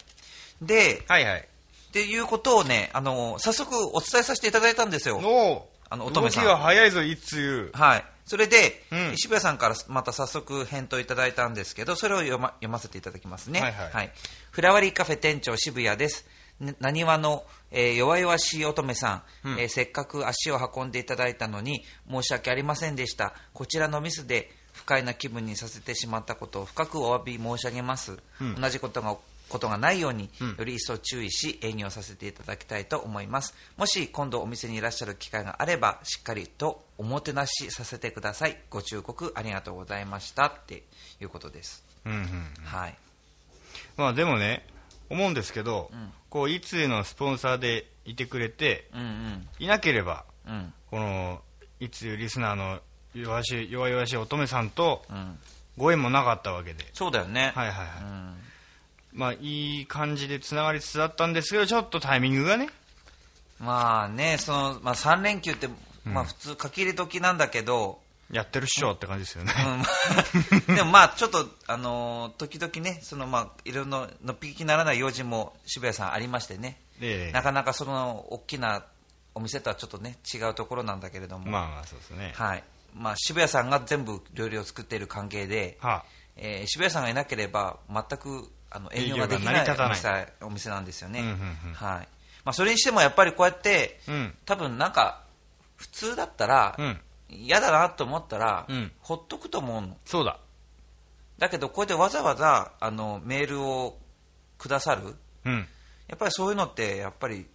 [SPEAKER 1] で
[SPEAKER 2] はいはい。
[SPEAKER 1] っていうことをねあの早速お伝えさせていただいたんですよ
[SPEAKER 2] の
[SPEAKER 1] あの乙女さん
[SPEAKER 2] 動きが早いぞ、いつゆ。
[SPEAKER 1] はい、それで、
[SPEAKER 2] うん
[SPEAKER 1] 渋谷さんからまた早速返答いただいたんですけどそれを読ま読ませていただきますね、
[SPEAKER 2] はいはい
[SPEAKER 1] フラワリーカフェ店長渋谷ですねなにわの、えー弱々しい乙女さん、えーせっかく足を運んでいただいたのに申し訳ありませんでしたこちらのミスで不快な気分にさせてしまったことを深くお詫び申し上げます、同じことがことがないように、より一層注意し営業させていただきたいと思いますもし今度お店にいらっしゃる機会があればしっかりとおもてなしさせてくださいご忠告ありがとうございましたっていうことです、
[SPEAKER 2] うんうん。
[SPEAKER 1] はい
[SPEAKER 2] まあでもね、思うんですけど、こう、いつゆのスポンサーでいてくれて、
[SPEAKER 1] うんうん
[SPEAKER 2] いなければ、
[SPEAKER 1] うん
[SPEAKER 2] この、いつゆリスナーの弱々しい、弱々しい乙女さんと、
[SPEAKER 1] うん
[SPEAKER 2] ご縁もなかったわけで、
[SPEAKER 1] そうだよね、
[SPEAKER 2] はいはいはい
[SPEAKER 1] うん
[SPEAKER 2] まあ、いい感じでつながりつつあったんですけど、ちょっとタイミングがね、
[SPEAKER 1] まあねその、まあ、3連休って、まあ、普通書き入れ時なんだけ ど、
[SPEAKER 2] やってるっしょって感じですよね。
[SPEAKER 1] うん でもまあちょっと、あのー時々ねその、まあ、いろんなのっぴきならない用事も渋谷さんありましてね、
[SPEAKER 2] ええ
[SPEAKER 1] なかなかその大きなお店とはちょっとね違うところなんだけれども、
[SPEAKER 2] まあまあ、そうですね。
[SPEAKER 1] はいまあ、渋谷さんが全部料理を作っている関係で、
[SPEAKER 2] はあ
[SPEAKER 1] えー渋谷さんがいなければ全くあの営業ができ
[SPEAKER 2] 営業が成り
[SPEAKER 1] ない
[SPEAKER 2] 立た
[SPEAKER 1] お
[SPEAKER 2] ない
[SPEAKER 1] 店お店なんですよね、
[SPEAKER 2] うんうんうん
[SPEAKER 1] はいまあ、それにしてもやっぱりこうやって、
[SPEAKER 2] うん
[SPEAKER 1] 多分なんか普通だったら
[SPEAKER 2] うん
[SPEAKER 1] 嫌、だなと思ったら、
[SPEAKER 2] うん
[SPEAKER 1] ほっとくと思うの
[SPEAKER 2] そうだ。
[SPEAKER 1] だけどこうやってわざわざあのメールをくださる
[SPEAKER 2] うん。
[SPEAKER 1] やっぱりそういうのってやっぱり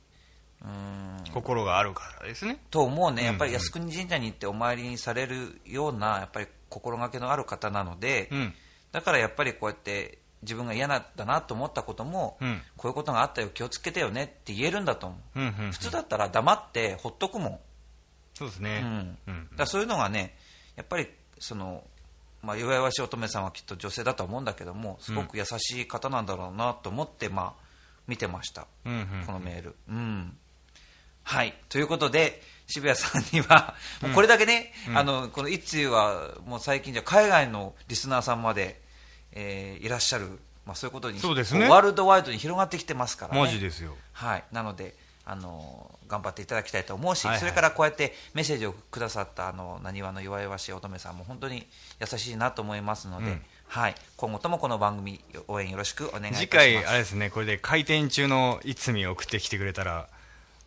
[SPEAKER 1] うーん
[SPEAKER 2] 心があるからですね。
[SPEAKER 1] と思うね、やっぱり
[SPEAKER 2] うんうん
[SPEAKER 1] 靖国神社に行ってお参りにされるようなやっぱり心がけのある方なので、
[SPEAKER 2] うん
[SPEAKER 1] だからやっぱりこうやって自分が嫌なんだなと思ったことも、
[SPEAKER 2] うん
[SPEAKER 1] こういうことがあったよ気をつけてよねって言えるんだと思う、
[SPEAKER 2] うんうんうん
[SPEAKER 1] 普通だったら黙ってほっとくもん、
[SPEAKER 2] そうです
[SPEAKER 1] う
[SPEAKER 2] ね
[SPEAKER 1] ん。
[SPEAKER 2] う
[SPEAKER 1] だ
[SPEAKER 2] ん
[SPEAKER 1] か。らそういうのがねやっぱりその、まあ、弱々しい乙女さんはきっと女性だと思うんだけどもすごく優しい方なんだろうなと思って、まあ、見てました、
[SPEAKER 2] うんうん
[SPEAKER 1] このメール、うんはいということで渋谷さんにはもうこれだけね、あのこの一通はもう最近じゃ海外のリスナーさんまで、えーいらっしゃる、まあ、そういうことに
[SPEAKER 2] そうですね
[SPEAKER 1] こワールドワイドに広がってきてますからね
[SPEAKER 2] マジですよ。
[SPEAKER 1] はい、なので、あの頑張っていただきたいと思うし、
[SPEAKER 2] はいはい
[SPEAKER 1] それからこうやってメッセージをくださったあのなにわの弱々しい乙女さんも本当に優しいなと思いますので、
[SPEAKER 2] うん
[SPEAKER 1] はい、今後ともこの番組応援よろしくお願いいたします。
[SPEAKER 2] 次回、あれですね、これで回転中のいつみを送ってきてくれたら、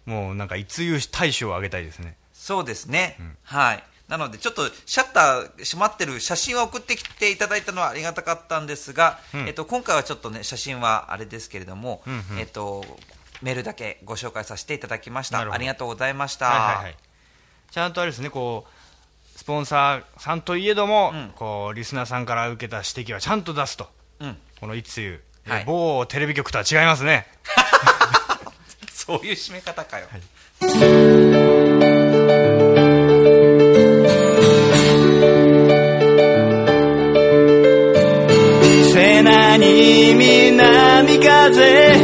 [SPEAKER 2] もうなんか、いつゆ大賞をあげたいですね。
[SPEAKER 1] そうですね、はい。なので、ちょっとシャッター閉まってる写真を送ってきていただいたのはありがたかったんですが、
[SPEAKER 2] うん
[SPEAKER 1] えっと、今回はちょっとね、写真はあれですけれども、
[SPEAKER 2] んうん
[SPEAKER 1] えっと、メールだけご紹介させていただきました。
[SPEAKER 2] なるほど
[SPEAKER 1] ありがとうございました。
[SPEAKER 2] はいはいはい。ちゃんとあれですね、こう、スポンサーさんといえども、
[SPEAKER 1] うん
[SPEAKER 2] こう、リスナーさんから受けた指摘はちゃんと出すと。
[SPEAKER 1] うん
[SPEAKER 2] このいつゆ、
[SPEAKER 1] はい
[SPEAKER 2] 某テレビ局とは違いますね。
[SPEAKER 1] そういう締め方かよ。
[SPEAKER 4] 瀬名に南風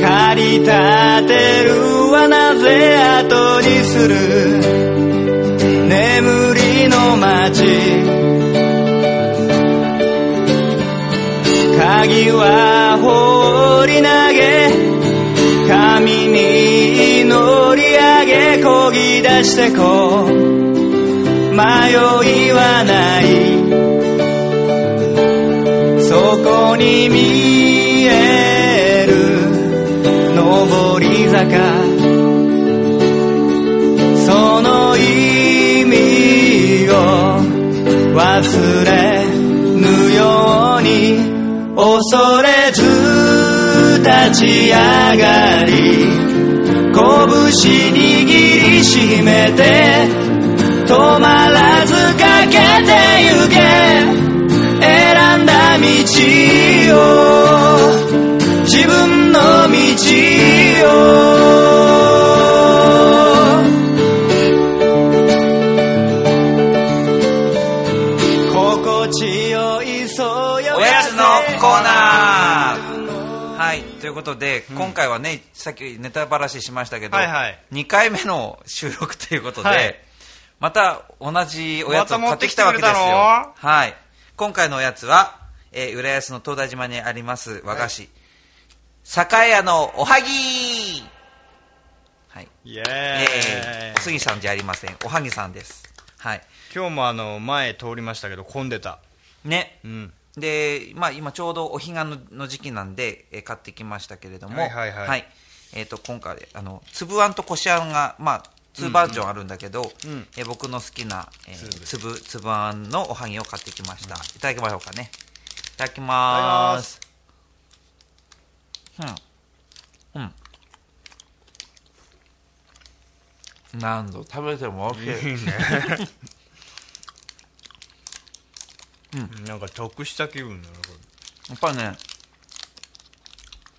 [SPEAKER 4] 駆り立てるはなぜ後にする眠りの街鍵は放り投げ神に乗り上げ漕ぎ出してこう迷いはないそこに見える上り坂その意味を忘れぬように恐れず立ち上がり拳握りしめて止まらず駆けてゆけ選んだ道を自分の道を心地よいそうよ
[SPEAKER 1] おやつのコーナーはいということで、今回はねさっきネタばらししましたけど、
[SPEAKER 2] はいはい
[SPEAKER 1] 2回目の収録ということで、
[SPEAKER 2] はい
[SPEAKER 1] また同じおやつを買
[SPEAKER 2] また
[SPEAKER 1] っ
[SPEAKER 2] 持ってて
[SPEAKER 1] き
[SPEAKER 2] き
[SPEAKER 1] た
[SPEAKER 2] て
[SPEAKER 1] わ
[SPEAKER 2] く
[SPEAKER 1] け
[SPEAKER 2] れ
[SPEAKER 1] で
[SPEAKER 2] た
[SPEAKER 1] す
[SPEAKER 2] の
[SPEAKER 1] よはい今回のおやつは、えー浦安の東大島にあります和菓子、栄屋のおはぎはい、
[SPEAKER 2] イエ
[SPEAKER 1] え
[SPEAKER 2] ーイ
[SPEAKER 1] お。杉さんじゃありませんおはぎさんですはい
[SPEAKER 2] 今日もあの、前通りましたけど、混んでた。
[SPEAKER 1] ね
[SPEAKER 2] うん。
[SPEAKER 1] で、まあ、今ちょうどお彼岸のの時期なんで、えー買ってきましたけれども、
[SPEAKER 2] はいはいはい
[SPEAKER 1] えー、と今回あの粒あんとこしあんが、まあ、2バージョンあるんだけど、
[SPEAKER 2] ん
[SPEAKER 1] えー僕の好きな、えー、粒粒あんのおはぎを買ってきました、いただきましょうかねいただきますうんうん何度食べても OK
[SPEAKER 2] なんか得した気分だな、こ
[SPEAKER 1] やっぱね、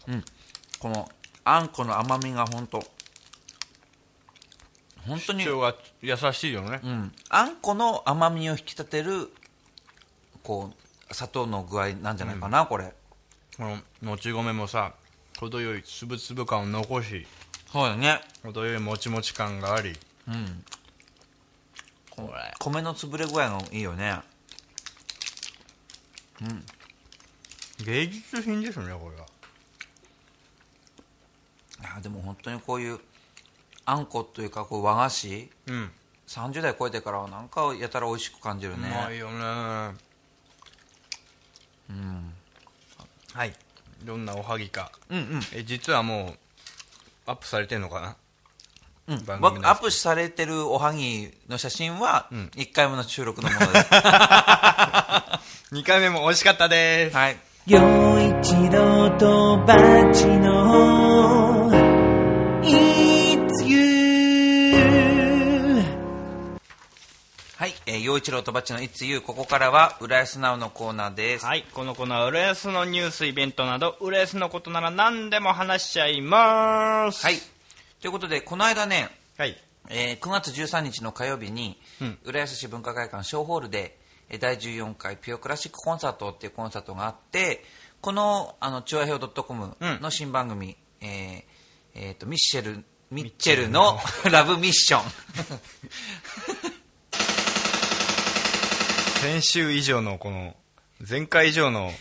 [SPEAKER 1] うん、このあんこの甘みが本当、本当
[SPEAKER 2] れ。
[SPEAKER 1] に、
[SPEAKER 2] 人
[SPEAKER 1] う
[SPEAKER 2] が優しいよね。
[SPEAKER 1] ん、あんこの甘みを引き立てる、こう砂糖の具合なんじゃないかな、これ
[SPEAKER 2] このもち米もさ程よい粒々感を残し
[SPEAKER 1] そうだね
[SPEAKER 2] 程よいもちもち感があり
[SPEAKER 1] うん
[SPEAKER 2] これ
[SPEAKER 1] 米の潰れ具合がいいよね
[SPEAKER 2] 芸術品ですねこれは
[SPEAKER 1] あでも本当にこういうあんこというかこう和菓子
[SPEAKER 2] うん
[SPEAKER 1] 30代超えてからはなんかやたら美味しく感じる
[SPEAKER 2] うま
[SPEAKER 1] ね
[SPEAKER 2] いよねうんはいどんなおはぎか
[SPEAKER 1] うんうん
[SPEAKER 2] え実はもうアップされてんのか
[SPEAKER 1] う
[SPEAKER 2] な
[SPEAKER 1] ん、
[SPEAKER 2] 番組
[SPEAKER 1] わ
[SPEAKER 2] なんですけど
[SPEAKER 1] アップされてるおはぎの写真は
[SPEAKER 2] うん
[SPEAKER 1] 1回目の収録のもの です、
[SPEAKER 2] 2回目も美味しかったです、
[SPEAKER 1] はい
[SPEAKER 4] よ一度とばちの It's you
[SPEAKER 1] はい、えー、陽一郎とばっちのいつゆうここからは浦安ナウのコーナーです、
[SPEAKER 2] はい、このコーナーは浦安のニュースイベントなど浦安のことなら何でも話しちゃいます
[SPEAKER 1] はい、ということでこの間ね、
[SPEAKER 2] はい
[SPEAKER 1] えー9月13日の火曜日に、
[SPEAKER 2] うん
[SPEAKER 1] 浦安市文化会館小ホールでえー第14回ピオクラシックコンサートっていうコンサートがあってこのあの調和表 .com
[SPEAKER 2] うん
[SPEAKER 1] の新番組、えーえーとミッシェルミッチェルのラブミッ ション
[SPEAKER 2] 先週以上のこの前回以上の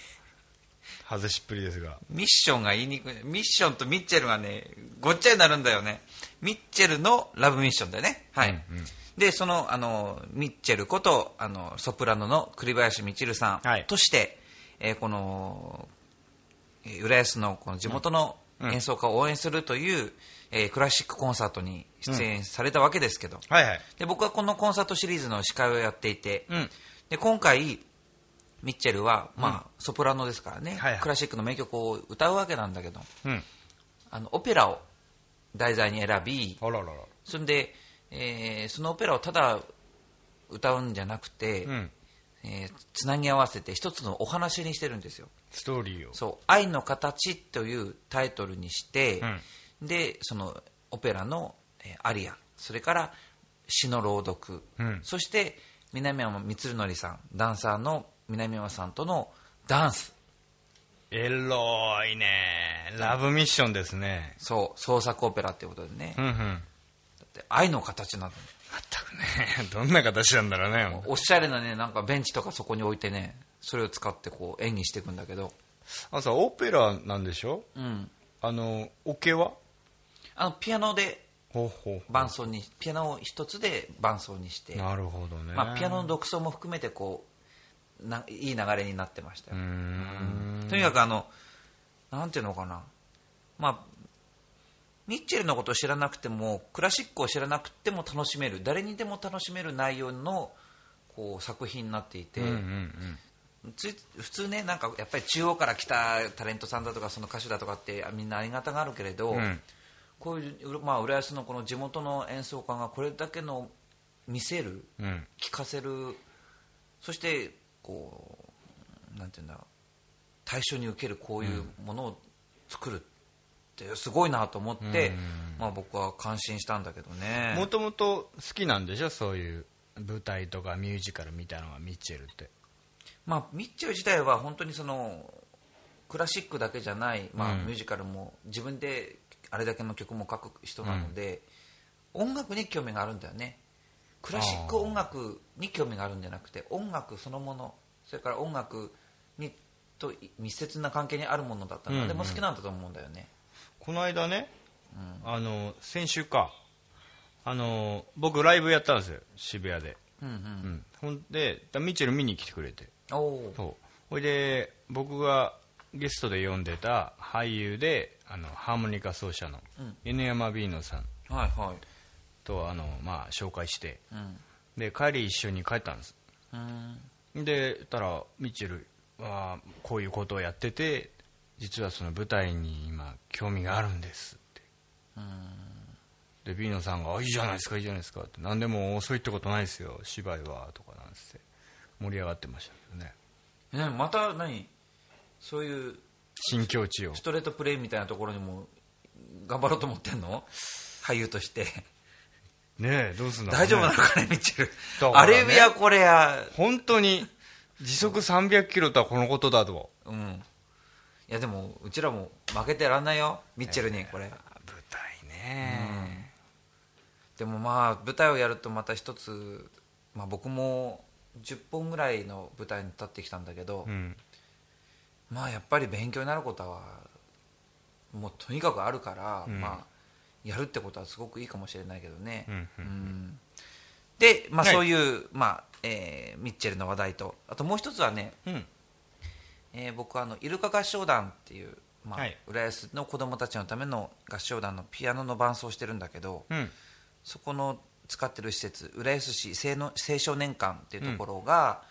[SPEAKER 2] 外しっぷりですが
[SPEAKER 1] ミッションが言いにくいミッションとミッチェルがねごっちゃになるんだよねミッチェルのラブミッションだよねはい、
[SPEAKER 2] うんうん
[SPEAKER 1] でそのあのミッチェルことあのソプラノの栗林みちるさ
[SPEAKER 2] はい
[SPEAKER 1] んとして、えーこのえー浦安のこの地元の
[SPEAKER 2] うん
[SPEAKER 1] 演奏家を応援するという、えークラシックコンサートに出演されたわけですけど、
[SPEAKER 2] はいはい
[SPEAKER 1] で僕はこのコンサートシリーズの司会をやっていて、
[SPEAKER 2] うん
[SPEAKER 1] で今回ミッチェルは、まあソプラノですからね、
[SPEAKER 2] はいはい
[SPEAKER 1] クラシックの名曲を歌うわけなんだけど
[SPEAKER 2] うん
[SPEAKER 1] あのオペラを題材に選び
[SPEAKER 2] あららら
[SPEAKER 1] そんで、えーそのオペラをただ歌うんじゃなくて、
[SPEAKER 2] うん
[SPEAKER 1] えーつなぎ合わせて一つのお話にしてるんですよ
[SPEAKER 2] ストーリーを
[SPEAKER 1] そう「愛の形」というタイトルにして、でそのオペラの、えーアリアそれから詩の朗読、
[SPEAKER 2] うん
[SPEAKER 1] そして南山光則さんダンサーの南山さんとのダンス
[SPEAKER 2] エロいねラブミッションですね
[SPEAKER 1] そう創作オペラっていうことでね、
[SPEAKER 2] うんうん
[SPEAKER 1] で愛の形なの
[SPEAKER 2] まったくね どんな形なんだろうね
[SPEAKER 1] おしゃれなねなんかベンチとかそこに置いてねそれを使ってこう演技していくんだけど、
[SPEAKER 2] あさオペラなんでしょ
[SPEAKER 1] うん、
[SPEAKER 2] あのオケは
[SPEAKER 1] あのピアノで
[SPEAKER 2] ほうほうほう
[SPEAKER 1] 伴奏にピアノを一つで伴奏にして
[SPEAKER 2] なるほどね
[SPEAKER 1] まあ、ピアノの独奏も含めてこうないい流れになってました
[SPEAKER 2] うー
[SPEAKER 1] よ、
[SPEAKER 2] ん
[SPEAKER 1] とにかくあのなんていうのかな、まあ、ミッチェルのことを知らなくてもクラシックを知らなくても楽しめる誰にでも楽しめる内容のこう作品になっていて、
[SPEAKER 2] うんうんうん
[SPEAKER 1] つい普通ねなんかやっぱり中央から来たタレントさんだとかその歌手だとかってあみんなありがたがあるけれど、
[SPEAKER 2] うん
[SPEAKER 1] こういう、まあ、浦安のこの地元の演奏家がこれだけの見せる
[SPEAKER 2] うん
[SPEAKER 1] 聞かせるそしてこうなんていうんだ対象に受けるこういうものを作るってすごいなと思って、まあ、僕は感心したんだけどね
[SPEAKER 2] もともと好きなんでしょそういう舞台とかミュージカルみたいなのがミッチェルって
[SPEAKER 1] まあ、ミッチェル自体は本当にそのクラシックだけじゃない、まあ、
[SPEAKER 2] うん
[SPEAKER 1] ミュージカルも自分であれだけの曲も書く人なので、音楽に興味があるんだよねクラシック音楽に興味があるんじゃなくて音楽そのものそれから音楽にと密接な関係にあるものだったら
[SPEAKER 2] うんうん
[SPEAKER 1] でも好きなんだと思うんだよね、
[SPEAKER 2] この間ね、あの先週かあの僕ライブやったんですよ渋谷で、
[SPEAKER 1] うんう
[SPEAKER 2] うんん、ほんでだミッチェル見に来てくれて
[SPEAKER 1] おおー
[SPEAKER 2] そうほいで僕がゲストで読んでた俳優であのハーモニカ奏者の
[SPEAKER 1] うん
[SPEAKER 2] 犬山ビーノさん
[SPEAKER 1] はいはい
[SPEAKER 2] とあの、まあ、紹介して
[SPEAKER 1] うん
[SPEAKER 2] で帰り一緒に帰ったんです
[SPEAKER 1] うん
[SPEAKER 2] でたらミッチェルはこういうことをやってて実はその舞台に今興味があるんですってでビーノさんがあ「いいじゃないですかいいじゃないですか」って「何でも遅いってことないですよ芝居は」とかなんつって盛り上がってましたけどね
[SPEAKER 1] ねまた何そういう
[SPEAKER 2] 新境地を
[SPEAKER 1] ストレートプレイみたいなところにも頑張ろうと思ってんの俳優として
[SPEAKER 2] ねえどうすんだろう
[SPEAKER 1] 大
[SPEAKER 2] ね
[SPEAKER 1] 丈夫なのかねミッチェル
[SPEAKER 2] だから
[SPEAKER 1] あ
[SPEAKER 2] ね
[SPEAKER 1] れやこれや
[SPEAKER 2] 本当に時速300キロとはこのことだと
[SPEAKER 1] うんいやでもうちらも負けてらんないよミッチェルにこれ、
[SPEAKER 2] 舞台ね
[SPEAKER 1] でもまあ舞台をやるとまた一つ、まあ、僕も10本ぐらいの舞台に立ってきたんだけど、
[SPEAKER 2] うん
[SPEAKER 1] まあやっぱり勉強になることはもうとにかくあるから、
[SPEAKER 2] うん
[SPEAKER 1] まあやるってことはすごくいいかもしれないけどね、
[SPEAKER 2] うんうん
[SPEAKER 1] うんで、まあ、
[SPEAKER 2] はい
[SPEAKER 1] そういう、まあえーミッチェルの話題とあともう一つはね、
[SPEAKER 2] うん
[SPEAKER 1] えー僕はあのイルカ合唱団っていう、まあ
[SPEAKER 2] はい
[SPEAKER 1] 浦安の子供たちのための合唱団のピアノの伴奏をしてるんだけど、
[SPEAKER 2] うん
[SPEAKER 1] そこの使ってる施設浦安市青の青少年館っていうところが、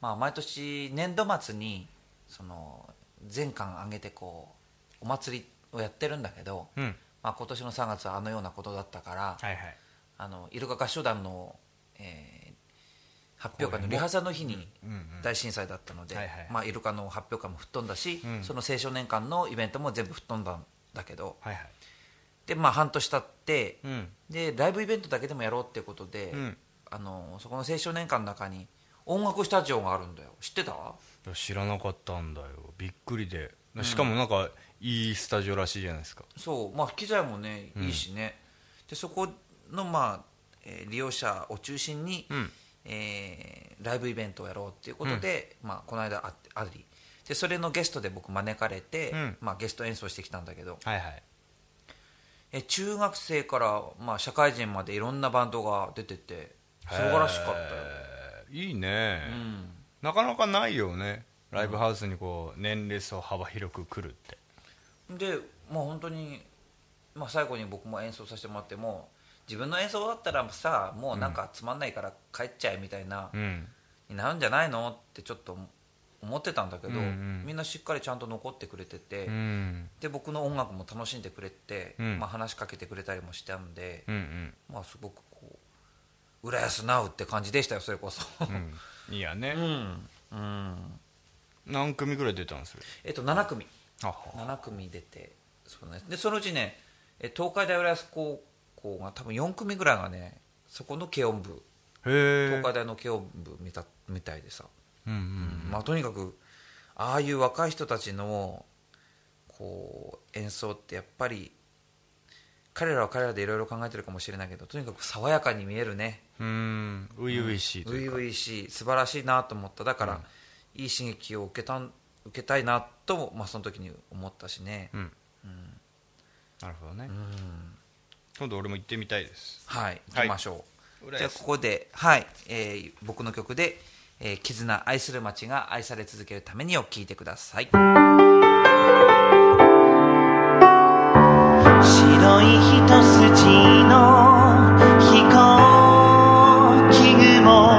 [SPEAKER 1] まあ、毎年年度末にその全館挙げてこうお祭りをやってるんだけど、
[SPEAKER 2] うん
[SPEAKER 1] まあ、今年の3月はあのようなことだったから、
[SPEAKER 2] はいはい
[SPEAKER 1] あのイルカ合唱団の、えー発表会のリハーサルの日に
[SPEAKER 2] うんうん
[SPEAKER 1] 大震災だったので
[SPEAKER 2] はいはい
[SPEAKER 1] まあイルカの発表会も吹っ飛んだし、
[SPEAKER 2] うん
[SPEAKER 1] その青少年館のイベントも全部吹っ飛んだんだけど
[SPEAKER 2] はいはい
[SPEAKER 1] で、まあ、半年経って、
[SPEAKER 2] うん
[SPEAKER 1] でライブイベントだけでもやろうっていうことで、
[SPEAKER 2] うん
[SPEAKER 1] あのそこの青少年館の中に音楽スタジオがあるんだよ知ってた
[SPEAKER 2] いや知らなかったんだよびっくりでしかもなんかいいスタジオらしいじゃないですか
[SPEAKER 1] そうまあ機材もねいいしね、でそこのまあ、えー利用者を中心に、
[SPEAKER 2] うん
[SPEAKER 1] えーライブイベントをやろうっていうことで、まあ、この間あってありでそれのゲストで僕招かれて、
[SPEAKER 2] うん
[SPEAKER 1] まあ、ゲスト演奏してきたんだけど、
[SPEAKER 2] はいはい
[SPEAKER 1] え中学生から、まあ、社会人までいろんなバンドが出てて素晴らしかったよ、
[SPEAKER 2] えーいいね、
[SPEAKER 1] うん、
[SPEAKER 2] なかなかないよねライブハウスにこう年齢層幅広く来るって
[SPEAKER 1] でまあ本当にまあ最後に僕も演奏させてもらっても自分の演奏だったらさもうなんかつまんないから帰っちゃえみたいな、
[SPEAKER 2] うん
[SPEAKER 1] になるんじゃないのってちょっと思ってたんだけど、
[SPEAKER 2] うんうん
[SPEAKER 1] みんなしっかりちゃんと残ってくれてて、
[SPEAKER 2] うん
[SPEAKER 1] で僕の音楽も楽しんでくれて、
[SPEAKER 2] うん
[SPEAKER 1] まあ、話しかけてくれたりもしたんで、
[SPEAKER 2] うん
[SPEAKER 1] まあすごくこう浦安なうって感じでしたよそれこそ
[SPEAKER 2] うんうんいいやね、
[SPEAKER 1] うん、うん、
[SPEAKER 2] 何組ぐらい出たんですよ
[SPEAKER 1] えっと7組
[SPEAKER 2] あ
[SPEAKER 1] 7組出てそう、ね、でそのうちねえ東海大浦安高校が多分4組ぐらいがねそこの軽音部
[SPEAKER 2] へえ
[SPEAKER 1] 東海大の軽音部見たみたいでさ、
[SPEAKER 2] うんうん
[SPEAKER 1] まあ、とにかくああいう若い人たちのこう演奏ってやっぱり彼らは彼らでいろいろ考えてるかもしれないけどとにかく爽やかに見えるね
[SPEAKER 2] うん初々しいと
[SPEAKER 1] 初
[SPEAKER 2] いうか
[SPEAKER 1] 々しい素晴らしいなと思っただから、いい刺激を受けたん受けたいなとも、まあ、その時に思ったしね、
[SPEAKER 2] うんなるほどね今度俺も行ってみたいです
[SPEAKER 1] はい行きましょう、
[SPEAKER 2] 浦安
[SPEAKER 1] じゃあここで、はいえー僕の曲で、えー絆愛する街が愛され続けるために」を聴いてください
[SPEAKER 4] 白い一筋の飛行機雲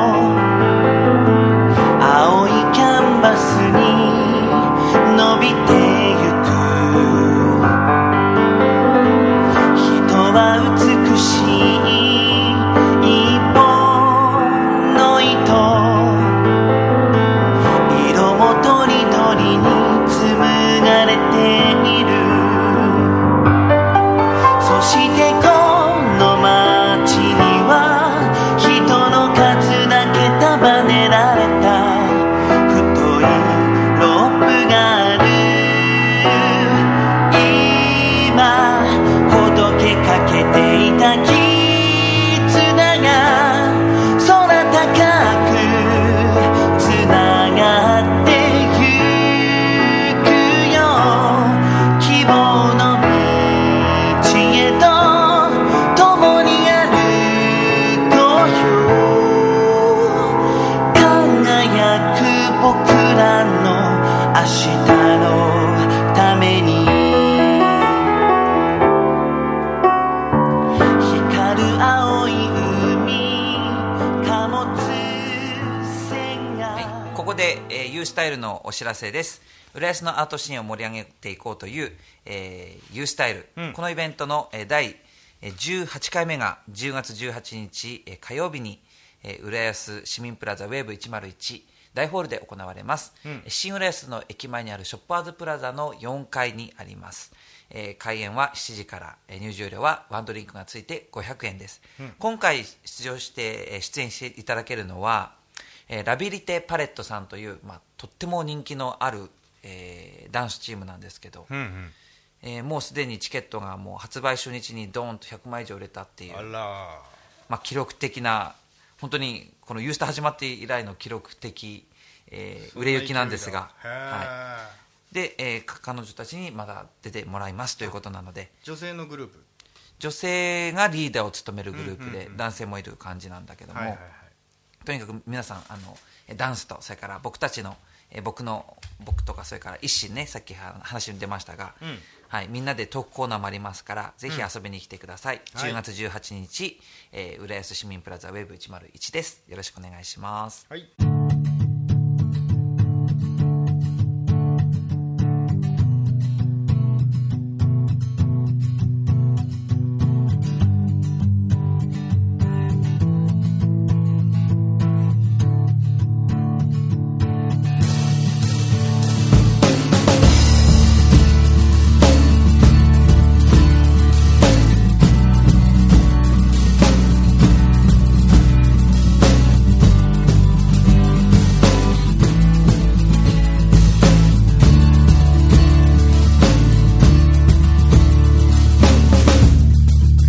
[SPEAKER 4] 青いキャンバスに伸びてゆく人は美しい一本の糸色もとりどりに紡がれているそしてこの街には人の数だけ束ねられた太いロープがある今ほどけかけていた絆が空高くつながってゆくよ希望の道へと共に歩こうよ輝く僕らの明日のために光る青い海貨物船が、
[SPEAKER 1] はい、ここで、えー、ユースタイルのお知らせです浦安のアートシーンを盛り上げていこうという、えー、ユースタイル、
[SPEAKER 2] うん
[SPEAKER 1] このイベントの、えー、第えー18回目が10月18日、えー、火曜日に、えー、浦安市民プラザウェーブ101大ホールで行われます、
[SPEAKER 2] ん
[SPEAKER 1] 新浦安の駅前にあるショッパーズプラザの4階にあります、えー開演は7時から、えー入場料はワンドリンクがついて500円です、今回出場してえー出演していただけるのはえーラビリテ・パレットさんという、まあ、とっても人気のある、えーダンスチームなんですけど、
[SPEAKER 2] うんうん
[SPEAKER 1] えーもうすでにチケットがもう発売初日にドーンと100枚以上売れたっていう
[SPEAKER 2] あら
[SPEAKER 1] まあ、記録的な、本当にこのユースタ始まって以来の記録的、えー売れ行きなんですが、
[SPEAKER 2] そんな勢いだ
[SPEAKER 1] は
[SPEAKER 2] へえ
[SPEAKER 1] い、で、えーか彼女たちにまだ出てもらいますということなので、
[SPEAKER 2] 女性のグループ
[SPEAKER 1] 女性がリーダーを務めるグループで、男性もいる感じなんだけども、
[SPEAKER 2] はいはいはい
[SPEAKER 1] とにかく皆さんあのえダンスとそれから僕たちのえ僕の僕とかそれから一心ねさっきは話に出ましたが、
[SPEAKER 2] ん
[SPEAKER 1] はい、みんなでトークコーナーもありますからぜひ遊びに来てください、
[SPEAKER 2] はい
[SPEAKER 1] 10月18日、えー浦安市民プラザウェブ101ですよろしくお願いします
[SPEAKER 2] はい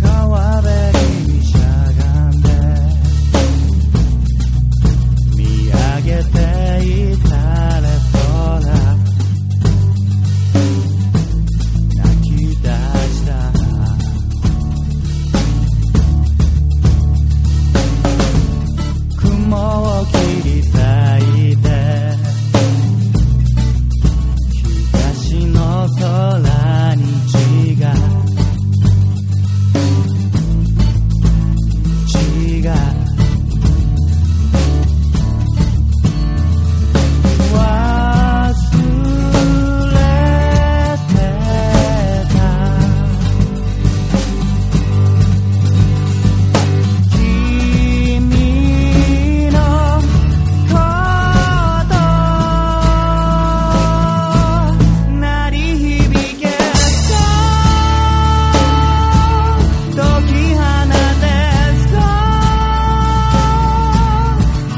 [SPEAKER 5] 川辺にしゃがんで見上げていたれ空泣き出した雲を切り裂いて東の空に血が血が忘れてた君のこと鳴り響け解き放てそう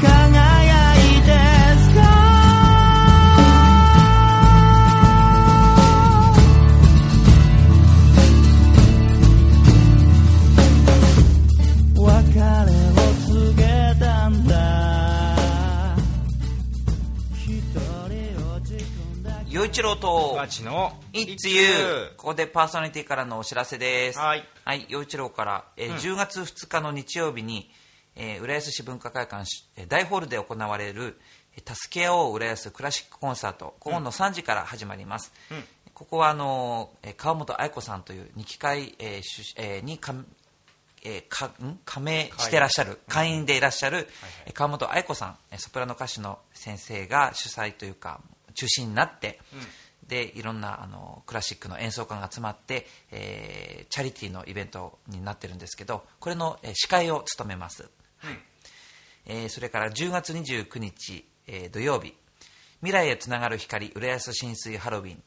[SPEAKER 5] 「風に吹かれて」「輝いて」「そう」「別れを告げたんだ」「一人落ち込んだ
[SPEAKER 1] 陽一郎と
[SPEAKER 2] ガチの
[SPEAKER 1] いつゆここでパーソナリティからのお知らせです
[SPEAKER 2] はい
[SPEAKER 1] 陽一郎から、えー10月2日の日曜日に、えー浦安市文化会館しえー大ホールで行われる「えー助け合おう浦安クラシックコンサート」午後の3時から始まります、ここはあのーえー川本愛子さんという二期会、えー出えーにかえーかん加盟してらっしゃる会員でいらっしゃるえー川本愛子さんえーソプラノ歌手の先生が主催というか中心になって、でいろんなあのクラシックの演奏家が集まって、えーチャリティーのイベントになってるんですけどこれの、えー司会を務めます、えーそれから10月29日、えー土曜日未来へつながる光浦安浸水ハロウィン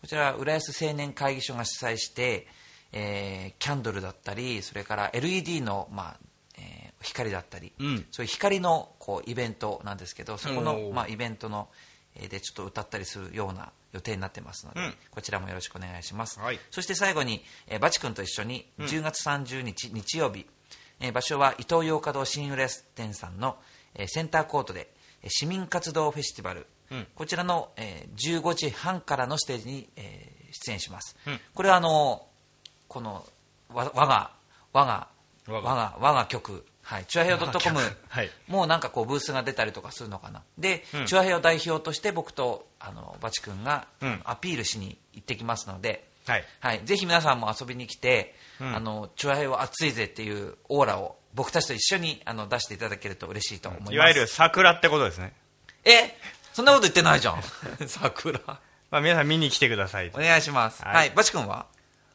[SPEAKER 1] こちらは浦安青年会議所が主催して、えーキャンドルだったりそれから LED の、まあえー光だったり、
[SPEAKER 2] ん
[SPEAKER 1] そういう光のこうイベントなんですけどそこの
[SPEAKER 2] お、ー
[SPEAKER 1] まあ、イベントのえーでちょっと歌ったりするような予定になってますので、
[SPEAKER 2] うん
[SPEAKER 1] こちらもよろしくお願いします、
[SPEAKER 2] はい
[SPEAKER 1] そして最後に、えーバチ君と一緒に10月30日日曜日、えー場所は伊東洋華堂新浦安店さんの、えーセンターコートでえー市民活動フェスティバル、こちらの、えー15時半からのステージに、えー出演します、これはあのこのわ我が我が
[SPEAKER 2] 我
[SPEAKER 1] 我
[SPEAKER 2] が
[SPEAKER 1] が我が曲はい、チュアヘヨ .com
[SPEAKER 2] はい
[SPEAKER 1] もうなんかこうブースが出たりとかするのかなで、チュアヘヨ代表として僕とあのバチ君が、
[SPEAKER 2] うん
[SPEAKER 1] アピールしに行ってきますので、
[SPEAKER 2] はい
[SPEAKER 1] ぜひ皆さんも遊びに来て、あのチュアヘヨ熱いぜっていうオーラを僕たちと一緒にあの出していただけると嬉しいと思います、
[SPEAKER 2] いわゆる桜ってことですね、
[SPEAKER 1] えそんなこと言ってないじゃん 桜
[SPEAKER 2] まあ、皆さん見に来てください
[SPEAKER 1] お願いしますは
[SPEAKER 2] はい
[SPEAKER 1] い、バチ君は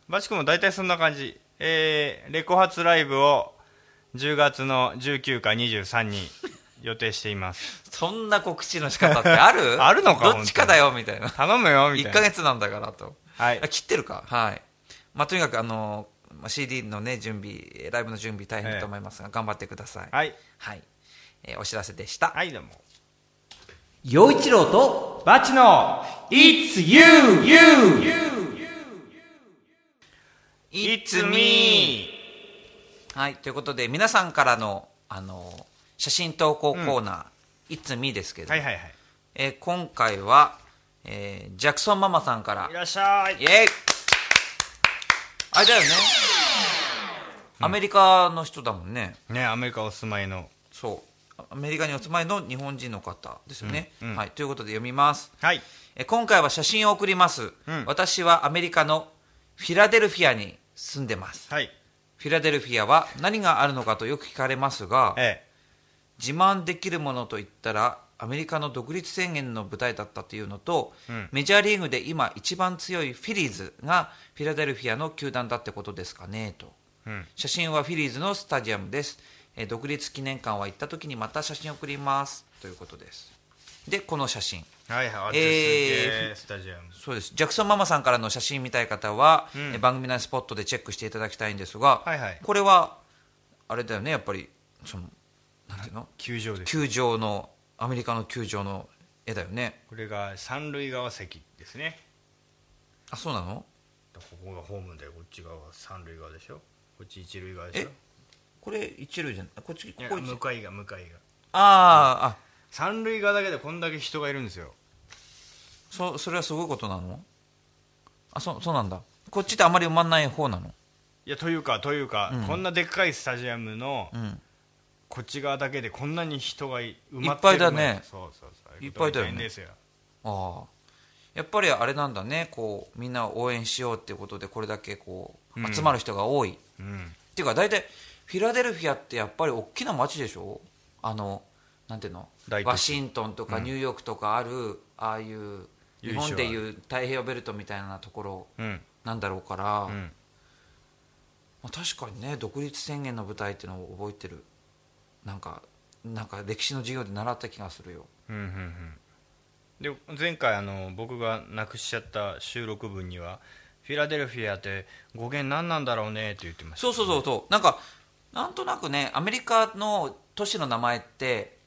[SPEAKER 2] バチ君も大体そんな感じえー、レコ発ライブを10月の19か23に予定しています
[SPEAKER 1] そんな告知の仕方ってある
[SPEAKER 2] あるのか
[SPEAKER 1] どっちかだよみたいな
[SPEAKER 2] 頼む よみた
[SPEAKER 1] 1
[SPEAKER 2] い
[SPEAKER 1] ヶ
[SPEAKER 2] な
[SPEAKER 1] 月なんだからと、
[SPEAKER 2] はい
[SPEAKER 1] あ切ってるか、はいまあ、とにかくあの、まあ、CD の、ね、準備、えーライブの準備大変だと思いますが、頑張ってください。
[SPEAKER 2] はい
[SPEAKER 1] はいえーお知らせでした。
[SPEAKER 2] はいどうも
[SPEAKER 3] 陽一郎と
[SPEAKER 2] バチの It's you you
[SPEAKER 1] It's me! はい、ということで、皆さんからの、あの、写真投稿コーナー、It's me ですけど、
[SPEAKER 2] はいはいはい
[SPEAKER 1] えー今回は、えージャクソンママさんから
[SPEAKER 2] い、らっしゃい
[SPEAKER 1] イエイあれだよね、アメリカの人だもんね。
[SPEAKER 2] ねアメリカお住まいの
[SPEAKER 1] そう。アメリカにお住まいの日本人の方ですよね。
[SPEAKER 2] うんうん
[SPEAKER 1] はい、ということで読みます。
[SPEAKER 2] はい
[SPEAKER 1] えー今回は写真を送ります、
[SPEAKER 2] うん
[SPEAKER 1] 私はアメリカのフィラデルフィアに住んでます
[SPEAKER 2] はい
[SPEAKER 1] フィラデルフィアは何があるのかとよく聞かれますが
[SPEAKER 2] え
[SPEAKER 1] 自慢できるものといったらアメリカの独立宣言の舞台だったというのと、
[SPEAKER 2] うん
[SPEAKER 1] メジャーリーグで今一番強いフィリーズがフィラデルフィアの球団だってことですかねと
[SPEAKER 2] えうん
[SPEAKER 1] 写真はフィリーズのスタジアムです、えー独立記念館は行った時にまた写真を送りますということですでこの写真
[SPEAKER 2] はいはいあ
[SPEAKER 1] えー
[SPEAKER 2] すげえスタジアム
[SPEAKER 1] そうですジャクソンママさんからの写真見たい方は、
[SPEAKER 2] うん
[SPEAKER 1] え番組内スポットでチェックしていただきたいんですが、
[SPEAKER 2] はいはい
[SPEAKER 1] これはあれだよねやっぱりそのなんていうの
[SPEAKER 2] 球場です
[SPEAKER 1] 球場のアメリカの球場の絵だよね
[SPEAKER 2] これが三塁側席ですね
[SPEAKER 1] あそうなの
[SPEAKER 2] ここがホームでこっち側が三塁側でしょこっち一塁側でし
[SPEAKER 1] え
[SPEAKER 2] ょ
[SPEAKER 1] これ一塁じゃないこっちこ
[SPEAKER 2] いや
[SPEAKER 1] こ一
[SPEAKER 2] 向かいが向かいが
[SPEAKER 1] あーあ
[SPEAKER 2] 三塁側だけでこんだけ人がいるんですよ
[SPEAKER 1] そそれはすごいことなのあそそうなんだこっちってあまり埋まんない方なの
[SPEAKER 2] いやというかというか、
[SPEAKER 1] うん
[SPEAKER 2] こんなでっかいスタジアムの
[SPEAKER 1] うん
[SPEAKER 2] こっち側だけでこんなに人が埋まってるの
[SPEAKER 1] いっぱいだね
[SPEAKER 2] そうそうそう
[SPEAKER 1] いっぱいだよね
[SPEAKER 2] 大変ですよ
[SPEAKER 1] ああやっぱりあれなんだねこうみんなを応援しようっていうことでこれだけこ
[SPEAKER 2] う
[SPEAKER 1] うん集まる人が多い、っ
[SPEAKER 2] うん
[SPEAKER 1] ていうか大体フィラデルフィアってやっぱり大きな街でしょあのなんていうの
[SPEAKER 2] 大都市
[SPEAKER 1] ワシントンとかニューヨークとかある、ああいう日本で
[SPEAKER 2] 由
[SPEAKER 1] いう太平洋ベルトみたいなところ
[SPEAKER 2] うん
[SPEAKER 1] なんだろうから、
[SPEAKER 2] うん
[SPEAKER 1] まあ、確かにね独立宣言の舞台っていうのを覚えてるなんかなんか歴史の授業で習った気がするよ
[SPEAKER 2] うんうんうんで前回あの僕がなくしちゃった収録文にはフィラデルフィアって語源何なんだろうねって言ってました
[SPEAKER 1] そうそうそうそうなんかなんとなくねアメリカの都市の名前って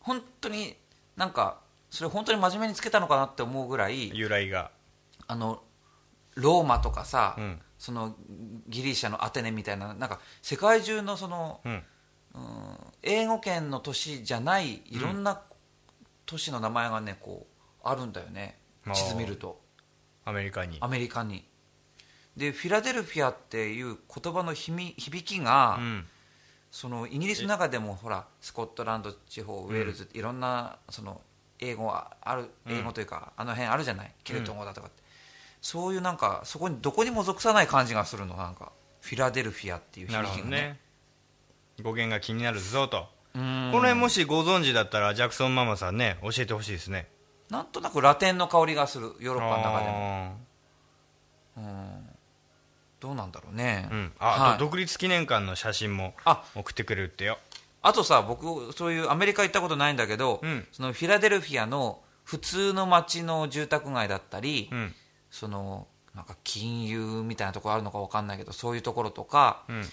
[SPEAKER 1] 本当になんかそれ本当に真面目につけたのかなって思うぐらい
[SPEAKER 2] 由来が
[SPEAKER 1] あのローマとかさ、
[SPEAKER 2] うん
[SPEAKER 1] そのギリシャのアテネみたいななんか世界中のその、
[SPEAKER 2] うん
[SPEAKER 1] うん、英語圏の都市じゃないいろんな都市の名前がねこうあるんだよね
[SPEAKER 2] あー
[SPEAKER 1] 地図見ると
[SPEAKER 2] アメリカに
[SPEAKER 1] アメリカにでフィラデルフィアっていう言葉のひみ響きが、
[SPEAKER 2] うん
[SPEAKER 1] そのイギリスの中でもほらスコットランド地方ウェールズっていろんなその英語はある
[SPEAKER 2] ん
[SPEAKER 1] 英語というか、あの辺あるじゃないケルト語だとかって、そういうなんかそこにどこにも属さない感じがするのなんかフィラデルフィアっていう響
[SPEAKER 2] なる
[SPEAKER 1] き
[SPEAKER 2] ほど
[SPEAKER 1] がね
[SPEAKER 2] ね語源が気になるぞと
[SPEAKER 1] うーん
[SPEAKER 2] この辺もしご存知だったらジャクソンママさんね教えてほしいですね
[SPEAKER 1] なんとなくラテンの香りがするヨーロッパの中でも
[SPEAKER 2] あ
[SPEAKER 1] どうなんだろうね、
[SPEAKER 2] ーうんあ
[SPEAKER 1] はい
[SPEAKER 2] あと独立記念館の写真も
[SPEAKER 1] あ
[SPEAKER 2] 送ってくれるってよ
[SPEAKER 1] あとさ僕そういうアメリカ行ったことないんだけど、
[SPEAKER 2] うん
[SPEAKER 1] そのフィラデルフィアの普通の街の住宅街だったり、
[SPEAKER 2] うん
[SPEAKER 1] そのなんか金融みたいなところあるのか分かんないけどそういうところとか、
[SPEAKER 2] うん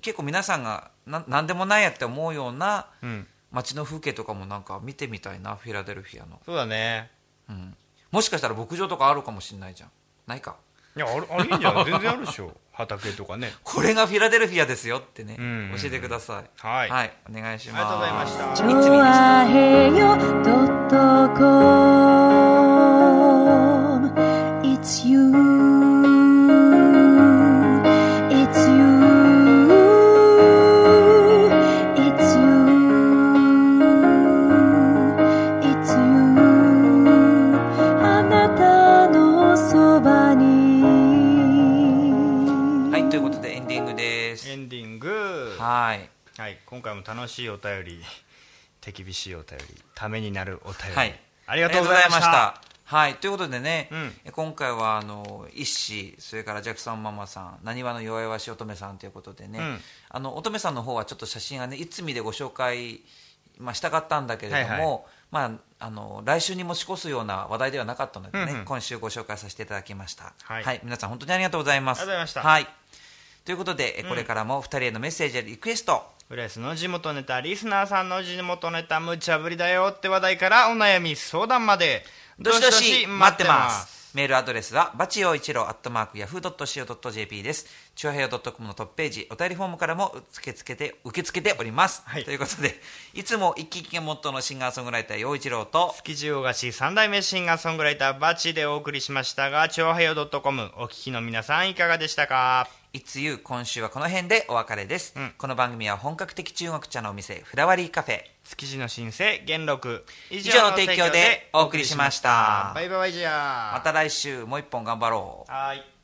[SPEAKER 1] 結構皆さんがな何でもないやって思うような
[SPEAKER 2] うん
[SPEAKER 1] 街の風景とかもなんか見てみたいなフィラデルフィアの、
[SPEAKER 2] そうだね
[SPEAKER 1] うん、もしかしたら牧場とかあるかもしれないじゃんないか
[SPEAKER 2] いやあるある んじゃん全然あるでしょ畑とかね
[SPEAKER 1] これがフィラデルフィアですよってね、
[SPEAKER 2] うんうん
[SPEAKER 1] 教えてください
[SPEAKER 2] はいあ
[SPEAKER 1] お願いし
[SPEAKER 2] り
[SPEAKER 1] ます
[SPEAKER 2] がとうございました
[SPEAKER 5] チョアヘヨドットコム It's you It's you It's you It's you あなたのそばに
[SPEAKER 1] はいということでエンディングです
[SPEAKER 2] エンディング
[SPEAKER 1] はい
[SPEAKER 2] はい今回も楽しいお便り手厳しいお便りためになるお便り、
[SPEAKER 1] はい
[SPEAKER 2] ありがとうございまし
[SPEAKER 1] あ
[SPEAKER 2] た
[SPEAKER 1] りがとうございましたはい、ということでね、
[SPEAKER 2] うん
[SPEAKER 1] え今回はあの一子それからジャクソンママさんなにわの弱々しい乙女さんということでね、
[SPEAKER 2] うん
[SPEAKER 1] あの乙女さんの方はちょっと写真がねいつみでご紹介、まあ、したかったんだけれども、
[SPEAKER 2] はいはい
[SPEAKER 1] まあ、あの来週に持ち越すような話題ではなかったのでね、
[SPEAKER 2] うんうん
[SPEAKER 1] 今週ご紹介させていただきました、
[SPEAKER 2] はい
[SPEAKER 1] 皆さん本当にありがとうございます
[SPEAKER 2] ありがとうございました
[SPEAKER 1] はいということで、えこれからも2人へのメッセージやリクエスト、
[SPEAKER 2] 浦安の地元ネタリスナーさんの地元ネタ無茶ぶりだよって話題からお悩み相談まで
[SPEAKER 1] どしどし待ってます。メールアドレスは、バチヨイチロアットマークヤフー .co.jp です。チュアヘヨ .com のトップページ、お便りフォームからも受け付けて、受け付けております。
[SPEAKER 2] はい
[SPEAKER 1] ということで、いつも一気一気がモットーのシンガーソングライター、ヨイチローと、
[SPEAKER 2] 築地大菓子三代目シンガーソングライターバチでお送りしましたが、超はよ .com お聞きの皆さんいかがでしたか
[SPEAKER 1] いつゆ今週はこの辺でお別れです、
[SPEAKER 2] うん
[SPEAKER 1] この番組は本格的中国茶のお店、フラワリーカフェ。
[SPEAKER 2] 築地の新生元禄以
[SPEAKER 1] 上の提供でお送りしました
[SPEAKER 2] バイバイじゃあ。
[SPEAKER 1] また来週、もう一本頑張ろう。
[SPEAKER 2] はい。